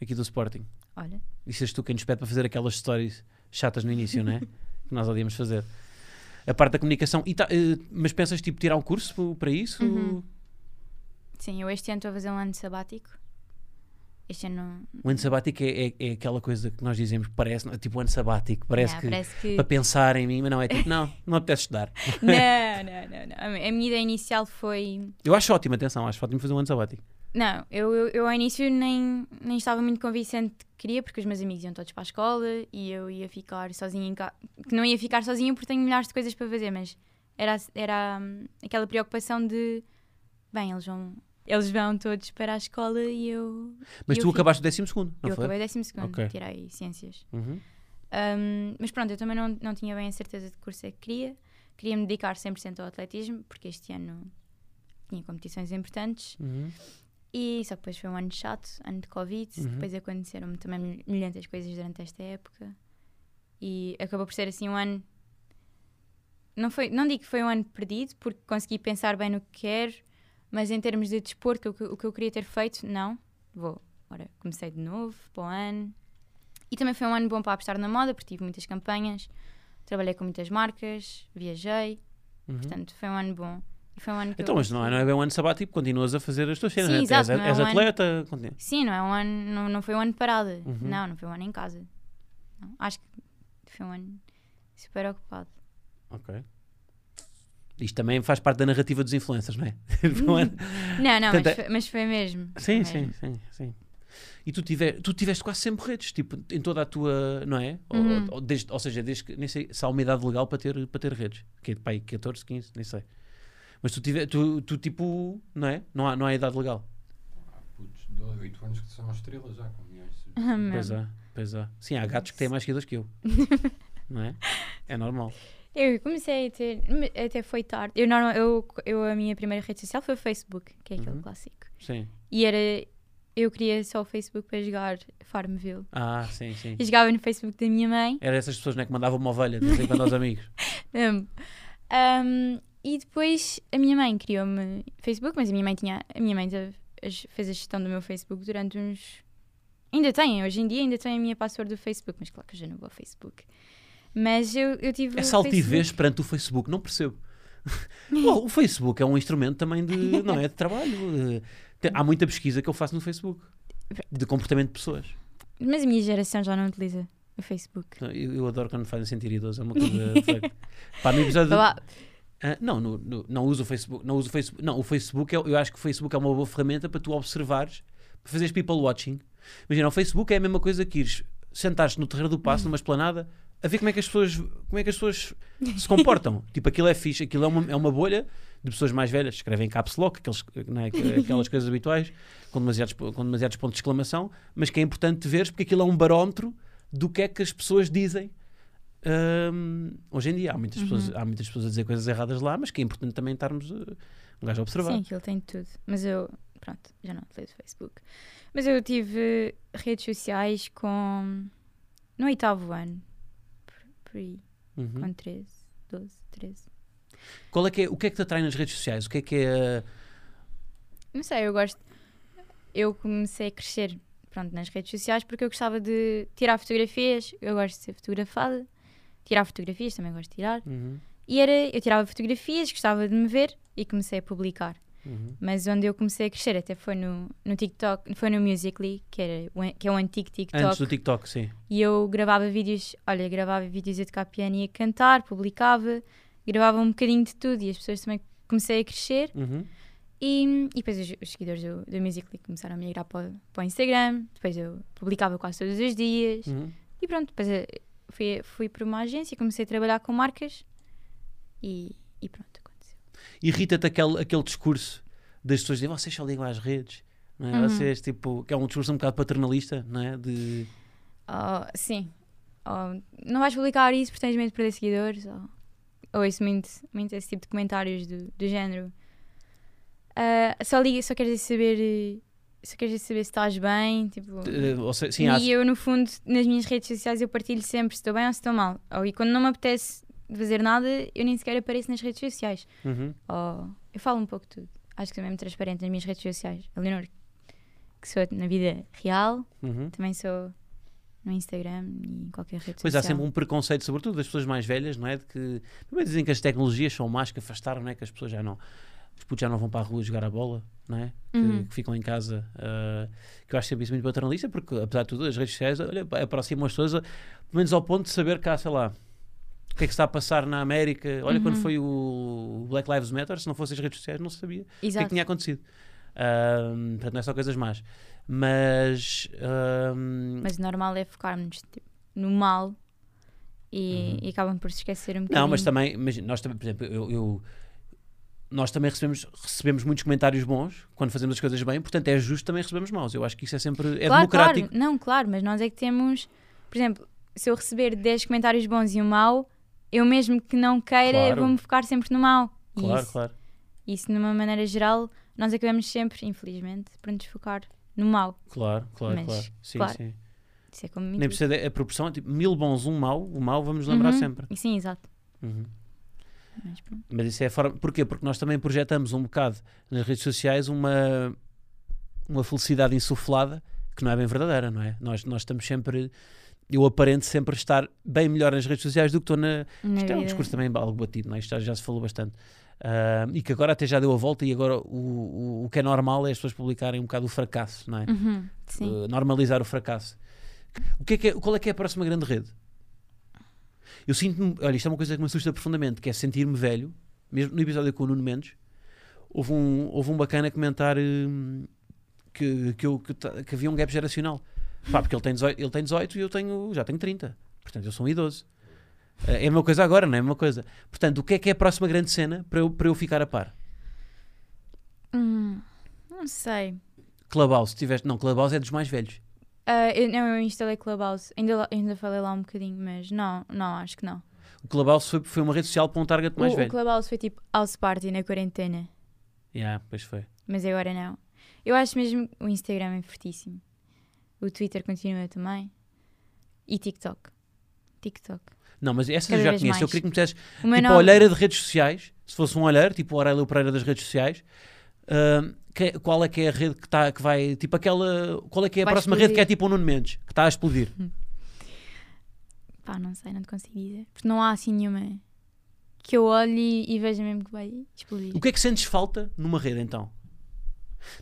Speaker 1: aqui do Sporting.
Speaker 3: Olha,
Speaker 1: E seres tu quem nos pede para fazer aquelas stories chatas no início,
Speaker 3: <laughs>
Speaker 1: não é? que nós odiamos fazer. A parte da comunicação. E tá- eh, mas pensas, tipo, tirar um curso po- para isso?
Speaker 3: Uhum. sim, eu este ano estou a fazer um ano sabático. Este ano
Speaker 1: O ano sabático é, é- é aquela coisa que nós dizemos, parece, tipo o ano sabático, parece
Speaker 3: Yeah,
Speaker 1: que
Speaker 3: é, parece que-
Speaker 1: para pensar em mim, mas não é tipo,
Speaker 3: <laughs>
Speaker 1: não, <laughs> não me apetece estudar.
Speaker 3: não, não, não, não. A mi- a minha ideia inicial foi.
Speaker 1: Eu acho ótimo, atenção, acho ótimo fazer um ano sabático.
Speaker 3: Não, eu, eu, eu ao início nem, nem estava muito convincente que queria, porque os meus amigos iam todos para a escola e eu ia ficar sozinha em casa. Que não ia ficar sozinha porque tenho milhares de coisas para fazer, mas era, era hum, aquela preocupação de. Bem, eles vão. Eles vão todos para a escola e eu.
Speaker 1: Mas
Speaker 3: E eu
Speaker 1: tu
Speaker 3: fiz-
Speaker 1: acabaste o décimo segundo, não
Speaker 3: eu
Speaker 1: foi?
Speaker 3: acabei o décimo segundo,
Speaker 1: Ok.
Speaker 3: tirei ciências.
Speaker 1: Uhum.
Speaker 3: Um, mas pronto, eu também não, não tinha bem a certeza de que curso é que queria. Queria me dedicar 100% ao atletismo, porque este ano tinha competições importantes.
Speaker 1: Uhum.
Speaker 3: E só que depois foi um ano chato, ano de Covid.
Speaker 1: Uhum.
Speaker 3: Depois aconteceram-me também milhentas coisas durante esta época. E acabou por ser assim um ano. Não, foi, não digo que foi um ano perdido, porque consegui pensar bem no que quero, mas em termos de desporto, que o que, o que eu queria ter feito, não. Vou. Ora, comecei de novo, para o ano, E também foi um ano bom para apostar na moda, porque tive muitas campanhas, trabalhei com muitas marcas, viajei,
Speaker 1: Uhum.
Speaker 3: portanto foi um ano bom. E foi um ano que
Speaker 1: Então,
Speaker 3: eu...
Speaker 1: mas não é, não é bem um ano sabático, continuas a fazer as tuas cenas,
Speaker 3: Sim,
Speaker 1: né?
Speaker 3: exato,
Speaker 1: és,
Speaker 3: não é
Speaker 1: és
Speaker 3: um ano-
Speaker 1: atleta, continua.
Speaker 3: Sim, não é um ano, não, não foi um ano parado.
Speaker 1: Uhum.
Speaker 3: Não, não foi um ano em casa. Não, acho que foi um ano super ocupado.
Speaker 1: Ok. Isto também faz parte da narrativa dos influencers, não é? <laughs> Não é?
Speaker 3: Não, não, mas
Speaker 1: Portanto,
Speaker 3: foi, mas foi mesmo. foi
Speaker 1: Sim, sim,
Speaker 3: mesmo. <laughs>
Speaker 1: sim, sim. E tu, tive, tu tiveste quase sempre redes, tipo, em toda a tua, não é? Ou-
Speaker 3: Uhum.
Speaker 1: Ou, desde- ou seja, desde que, nem sei, se há uma idade legal para ter, para ter redes, que é pá, aí 14, 15, nem sei. Mas tu, tive, tu, tu tipo, não é? Não há, não há idade legal.
Speaker 2: Ah, putz, 8 anos que são estrelas já, com milhões de
Speaker 3: Não.
Speaker 1: Pois é, pois é. Sim, há gatos que têm mais seguidores que
Speaker 3: <laughs>
Speaker 1: eu. não é? É normal.
Speaker 3: Eu comecei a ter, até foi tarde. Eu, normal, eu, eu, a minha primeira rede social foi o Facebook, que é aquele
Speaker 1: Uhum.
Speaker 3: clássico.
Speaker 1: Sim.
Speaker 3: E era, eu queria só o Facebook para jogar Farmville.
Speaker 1: Ah, sim, sim.
Speaker 3: E jogava no Facebook da minha mãe.
Speaker 1: Era essas pessoas não é, que mandavam uma ovelha de vez em quando aos amigos.
Speaker 3: Amo. Ahm, e depois a minha mãe criou-me Facebook, mas a minha mãe tinha. A minha mãe teve- as- fez a gestão do meu Facebook durante uns. Ainda tem, hoje em dia ainda tem a minha password do Facebook, mas claro que eu já não vou ao Facebook. Mas eu, eu tive.
Speaker 1: Essa
Speaker 3: o
Speaker 1: altivez perante É o Facebook, não percebo. <laughs> Bom, o Facebook é um instrumento também de, não é, de trabalho. Eh, te- Há muita pesquisa que eu faço no Facebook de comportamento de pessoas.
Speaker 3: Facebook. Mas a minha geração já não utiliza o Facebook.
Speaker 1: Então, Eu, eu adoro quando me fazem sentir idoso. É uma coisa. de
Speaker 3: <laughs>
Speaker 1: facto. Pá, no episódio.
Speaker 3: Vá lá.
Speaker 1: Ah, não, no- no- não uso o Facebook. Não uso o Facebook. Não, o Facebook é, eu acho que o Facebook é uma boa ferramenta para tu observares, para fazeres people watching. Imagina, o Facebook é a mesma coisa que ires sentar-te no terreiro do passo, numa esplanada, a ver como é que as pessoas, como é que as pessoas se comportam. tipo, aquilo é fixe, aquilo é uma, é uma bolha de pessoas mais velhas, escrevem caps lock, aqueles, não é, aquelas coisas habituais, com demasiados, po- com demasiados pontos de exclamação, mas que é importante veres porque aquilo é um barómetro do que é que as pessoas dizem. Hum, hoje em dia há muitas, pessoas, há muitas pessoas a dizer coisas erradas lá, mas que é importante também estarmos uh, um gajo a observar.
Speaker 3: Sim, aquilo tem tudo. Mas eu, pronto, já não utilizo Facebook. Mas eu tive redes sociais com. no oitavo ano. Por, por aí.
Speaker 1: Uhum.
Speaker 3: Com 13, 12, 13.
Speaker 1: Qual é que é, o que é que te atrai nas redes sociais? O que é que é. uh,
Speaker 3: Não sei, eu gosto. Eu comecei a crescer pronto, nas redes sociais porque eu gostava de tirar fotografias. Eu gosto de ser fotografada. Tirar fotografias, também gosto de tirar.
Speaker 1: Uhum,
Speaker 3: E era, eu tirava fotografias, gostava de me ver e comecei a publicar.
Speaker 1: uhum.
Speaker 3: Mas onde eu comecei a crescer até foi no, no TikTok, foi no Musical.ly, que, era, o an- que é o antigo TikTok.
Speaker 1: Antes do TikTok, sim.
Speaker 3: E eu gravava vídeos, olha, gravava vídeos a tocar piano e a cantar, publicava, gravava um bocadinho de tudo e as pessoas também comecei a crescer.
Speaker 1: Uhum.
Speaker 3: E, e depois os, os seguidores do, do Musical.ly começaram a migrar para, o- para o Instagram, depois eu publicava quase todos os dias.
Speaker 1: Uhum.
Speaker 3: E pronto, depois eh, fui, fui para uma agência, comecei a trabalhar com marcas e, e pronto, aconteceu.
Speaker 1: Irrita-te aquele, aquele discurso das pessoas dizerem vocês só ligam às redes, não
Speaker 3: Uhum.
Speaker 1: é? vocês tipo, que é um discurso um bocado paternalista, não é? De,
Speaker 3: Ah, sim, Ah, não vais publicar isso porque tens medo de perder seguidores. Ou, ou isso, muito, muito esse tipo de comentários do, do género. Ah, só liga, só queres saber, eh, só queres saber se estás bem, tipo...
Speaker 1: de- ou seja, sim,
Speaker 3: e
Speaker 1: há-
Speaker 3: eu, no fundo, nas minhas redes sociais, eu partilho sempre se estou bem ou se estou mal. Ou, e quando não me apetece de fazer nada, eu nem sequer apareço nas redes sociais.
Speaker 1: Uhum.
Speaker 3: Ou, eu falo um pouco de tudo. Acho que sou mesmo transparente nas minhas redes sociais. A Leonor, que sou na vida real,
Speaker 1: Uhum.
Speaker 3: também sou no Instagram e em qualquer rede
Speaker 1: Pois há
Speaker 3: social.
Speaker 1: sempre um preconceito, sobretudo das pessoas mais velhas, não é? De que primeiro dizem que as tecnologias são más, que afastaram, não é? Que as pessoas já não. Os putos já não vão para a rua jogar a bola, não é? Que,
Speaker 3: Uhum.
Speaker 1: que ficam em casa. ah, que eu acho sempre isso muito paternalista, porque apesar de tudo, as redes sociais olha, aproximam as pessoas, a- pelo menos ao ponto de saber cá, sei lá. O que é que está a passar na América? Olha, quando
Speaker 3: Uhum.
Speaker 1: foi o Black Lives Matter, se não fossem as redes sociais, não se sabia o que é que
Speaker 3: Exato.
Speaker 1: tinha acontecido. Ah, portanto, não é só coisas más. Mas. ah,
Speaker 3: Mas o normal é focarmos tipo, no mal e, e acabam por se esquecer um bocadinho.
Speaker 1: Uhum. Não, mas também, mas nós também, por exemplo, eu, eu- nós também recebemos, recebemos muitos comentários bons quando fazemos as coisas bem, portanto é justo também recebemos maus. Eu acho que isso é sempre é
Speaker 3: claro,
Speaker 1: democrático.
Speaker 3: Claro. Não, claro, mas nós é que temos, por exemplo, se eu receber 10 comentários bons e um mau, eu mesmo que não queira,
Speaker 1: Claro.
Speaker 3: vou-me focar sempre no mau. E
Speaker 1: Claro,
Speaker 3: isso,
Speaker 1: claro.
Speaker 3: isso, de uma maneira geral, nós acabamos sempre, infelizmente, por nos focar no mau.
Speaker 1: Claro, claro,
Speaker 3: Mas,
Speaker 1: claro. Sim,
Speaker 3: claro,
Speaker 1: sim.
Speaker 3: Isso é como muito.
Speaker 1: Nem precisa de- a proporção, é tipo mil bons, um mau, o mau vamos lembrar
Speaker 3: Uhum.
Speaker 1: sempre.
Speaker 3: E Sim, exato.
Speaker 1: Uhum.
Speaker 3: Mas pronto.
Speaker 1: Mas isso é a forma. Porquê? Porque nós também projetamos um bocado nas redes sociais uma, uma felicidade insuflada que não é bem verdadeira, não é? Nós, nós estamos sempre. eu aparento sempre estar bem melhor nas redes sociais do que estou na.
Speaker 3: Na
Speaker 1: Isto é um
Speaker 3: vida.
Speaker 1: discurso também algo batido, não é? Isto já, já se falou bastante. Ah, e que agora até já deu a volta e agora o, o, o que é normal é as pessoas publicarem um bocado o fracasso, não é?
Speaker 3: Uhum, sim.
Speaker 1: Uh, normalizar o fracasso. O que é que é- qual é que é a próxima grande rede? Eu sinto-me, olha, isto é uma coisa que me assusta profundamente, que é sentir-me velho, mesmo no episódio com o Nuno Mendes, houve um, houve um bacana comentar hum, que, que, eu- que ta- que havia um gap geracional. Pá, porque ele tem, 18, ele tem 18 e eu tenho, já tenho 30. Portanto, eu sou um idoso. Uh, É a mesma coisa agora, não é a mesma coisa. Portanto, o que é que é a próxima grande cena para eu, para eu ficar a par?
Speaker 3: Hum, não sei.
Speaker 1: Clubhouse, se tiveste. Não, Clubhouse é dos mais velhos.
Speaker 3: Ah, eu, não, eu instalei Clubhouse. Ainda, lá- ainda falei lá um bocadinho, mas não, não, acho que não.
Speaker 1: O Clubhouse foi, foi uma rede social para um target mais
Speaker 3: o,
Speaker 1: velho.
Speaker 3: o Clubhouse foi tipo house party na quarentena,
Speaker 1: Yeah, pois foi.
Speaker 3: mas agora não. Eu acho mesmo que o Instagram é fortíssimo. O Twitter continua também. E TikTok. TikTok.
Speaker 1: Não, mas essas
Speaker 3: Cada
Speaker 1: eu já
Speaker 3: vez
Speaker 1: conheço. Eu
Speaker 3: mais.
Speaker 1: queria que me dissesse,
Speaker 3: O meu
Speaker 1: tipo, a
Speaker 3: nome-
Speaker 1: olheira de redes sociais, se fosse um olheiro, tipo o Aurélio Pereira das redes sociais, ahm, que- qual é que é a rede que, tá, que vai, tipo aquela, qual é que é a
Speaker 3: Vai
Speaker 1: próxima rede que é
Speaker 3: explodir.
Speaker 1: tipo
Speaker 3: Uhum.
Speaker 1: o Nuno Mendes, que está a explodir?
Speaker 3: Pá, não sei, não te consigo dizer. Porque não há assim nenhuma que eu olhe e veja mesmo que vai explodir.
Speaker 1: O que é que sentes falta numa rede, então?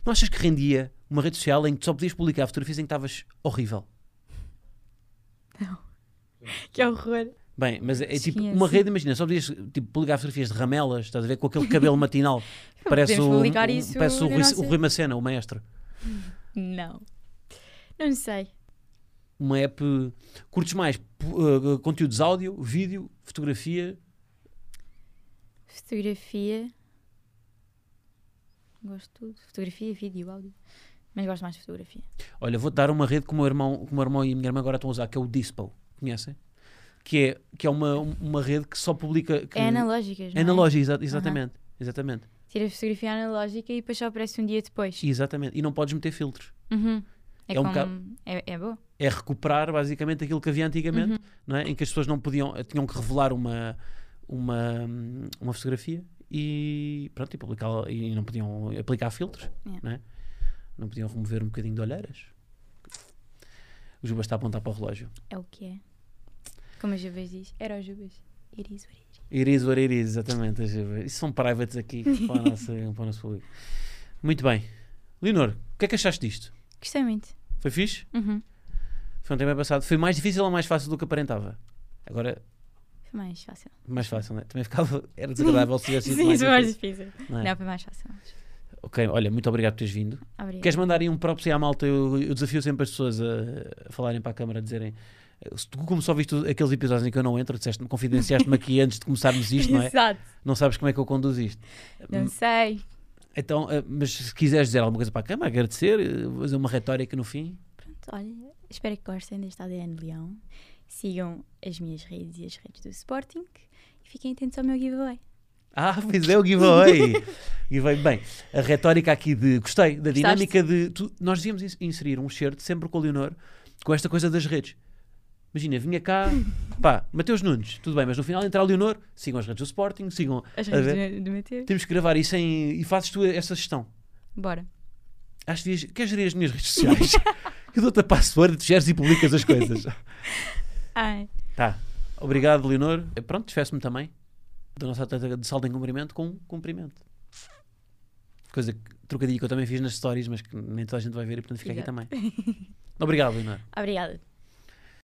Speaker 1: Não achas que rendia uma rede social em que só podias publicar fotografias em que estavas horrível? é
Speaker 3: Que horror.
Speaker 1: Bem, mas é, é tipo
Speaker 3: Sim, é
Speaker 1: uma
Speaker 3: assim.
Speaker 1: rede, imagina, só podias tipo, publicar fotografias de ramelas, estás a ver, com aquele
Speaker 3: <laughs>
Speaker 1: cabelo matinal. Parece,
Speaker 3: Podemos
Speaker 1: o,
Speaker 3: publicar
Speaker 1: um-
Speaker 3: isso
Speaker 1: parece o,
Speaker 3: na
Speaker 1: Rui,
Speaker 3: nossa-
Speaker 1: o Rui Macena, o maestro.
Speaker 3: Não. Não sei.
Speaker 1: uma app. Curtes mais pu- eh, conteúdos áudio, vídeo, fotografia?
Speaker 3: Fotografia. Gosto de tudo. Fotografia, vídeo, áudio. Mas gosto mais de fotografia.
Speaker 1: Olha, vou-te dar uma rede que o meu irmão, que o meu irmão e a minha irmã agora estão a usar, que é o Dispo. Conhecem? Que é, que é uma, uma rede que só publica. Que...
Speaker 3: É analógicas, não é?
Speaker 1: Analógica, exa- exatamente. Exatamente.
Speaker 3: Tira fotografia analógica e depois só aparece um dia depois.
Speaker 1: Exatamente. E não podes meter filtros.
Speaker 3: Uhum. É,
Speaker 1: É um
Speaker 3: como...
Speaker 1: bocado-
Speaker 3: É, é boa.
Speaker 1: É recuperar basicamente aquilo que havia antigamente, não é? Em que as pessoas não podiam, tinham que revelar uma, uma, uma fotografia e pronto, e publicá-la e não podiam aplicar filtros.
Speaker 3: Yeah.
Speaker 1: não é? Não podiam remover um bocadinho de olheiras. O Juba está a apontar para o relógio.
Speaker 3: É o que é. Como a Jubas diz. Era o Jubas. It is what it is.
Speaker 1: Iris or Iris, exatamente. a Juba. Isso são privates aqui para, a nossa- para o nosso público. Muito bem. Leonor, o que é que achaste disto?
Speaker 3: Gostei muito.
Speaker 1: Foi fixe?
Speaker 3: Uhum.
Speaker 1: Foi um tema passado. Foi mais difícil ou mais fácil do que aparentava? Agora,
Speaker 3: Foi mais fácil.
Speaker 1: mais fácil, não é? Também ficava. Era desagradável se
Speaker 3: <laughs>
Speaker 1: tivesse sido
Speaker 3: Sim,
Speaker 1: mais
Speaker 3: foi mais
Speaker 1: difícil,
Speaker 3: difícil.
Speaker 1: não é?
Speaker 3: Não, foi mais fácil.
Speaker 1: Ok, olha, muito obrigado por teres vindo.
Speaker 3: Obrigada.
Speaker 1: Queres mandar aí um props aí à malta? Eu, eu desafio sempre as pessoas a, a falarem para a câmara, a dizerem. "Eh, Se tu, como só viste aqueles episódios em que eu não entro, disseste-me, confidenciaste-me aqui
Speaker 3: <laughs>
Speaker 1: antes de começarmos isto, não é? Hum.
Speaker 3: Exato.
Speaker 1: Não sabes como é que eu conduzo isto.
Speaker 3: Não sei.
Speaker 1: Então, eh, mas se quiseres dizer alguma coisa para a câmara, agradecer, eh, vou fazer uma retórica no fim.
Speaker 3: Pronto, olha, espero que gostem deste ADN de Leão. Sigam as minhas redes e as redes do Sporting. E fiquem atentos ao meu giveaway.
Speaker 1: Ah, pois é, o giveaway. giveaway. Bem, a retórica aqui de. Gostei da dinâmica de. tu- nós devíamos ins- inserir um shirt sempre com o Leonor com esta coisa das redes. Imagina, vinha
Speaker 3: <laughs>
Speaker 1: cá, pá, Mateus Nunes, tudo bem, mas no final entrar o Leonor, sigam as redes do Sporting, sigam.
Speaker 3: As
Speaker 1: a ver.
Speaker 3: redes do, do Mateus.
Speaker 1: Temos que gravar isso em. E fazes tu essa gestão.
Speaker 3: Bora.
Speaker 1: Acho que devias- queres gerir as minhas redes
Speaker 3: <laughs>
Speaker 1: sociais? eu dou-te a password, tu geres e publicas as coisas.
Speaker 3: Ai.
Speaker 1: Tá. Obrigado, Leonor. Eh, Pronto, despeço-me também da nossa atleta de salto em cumprimento com um cumprimento. Coisa que, trocadilho que eu também fiz nas stories, mas que nem toda a gente vai ver e portanto fica aqui também. Obrigado, Leonor.
Speaker 3: Obrigada.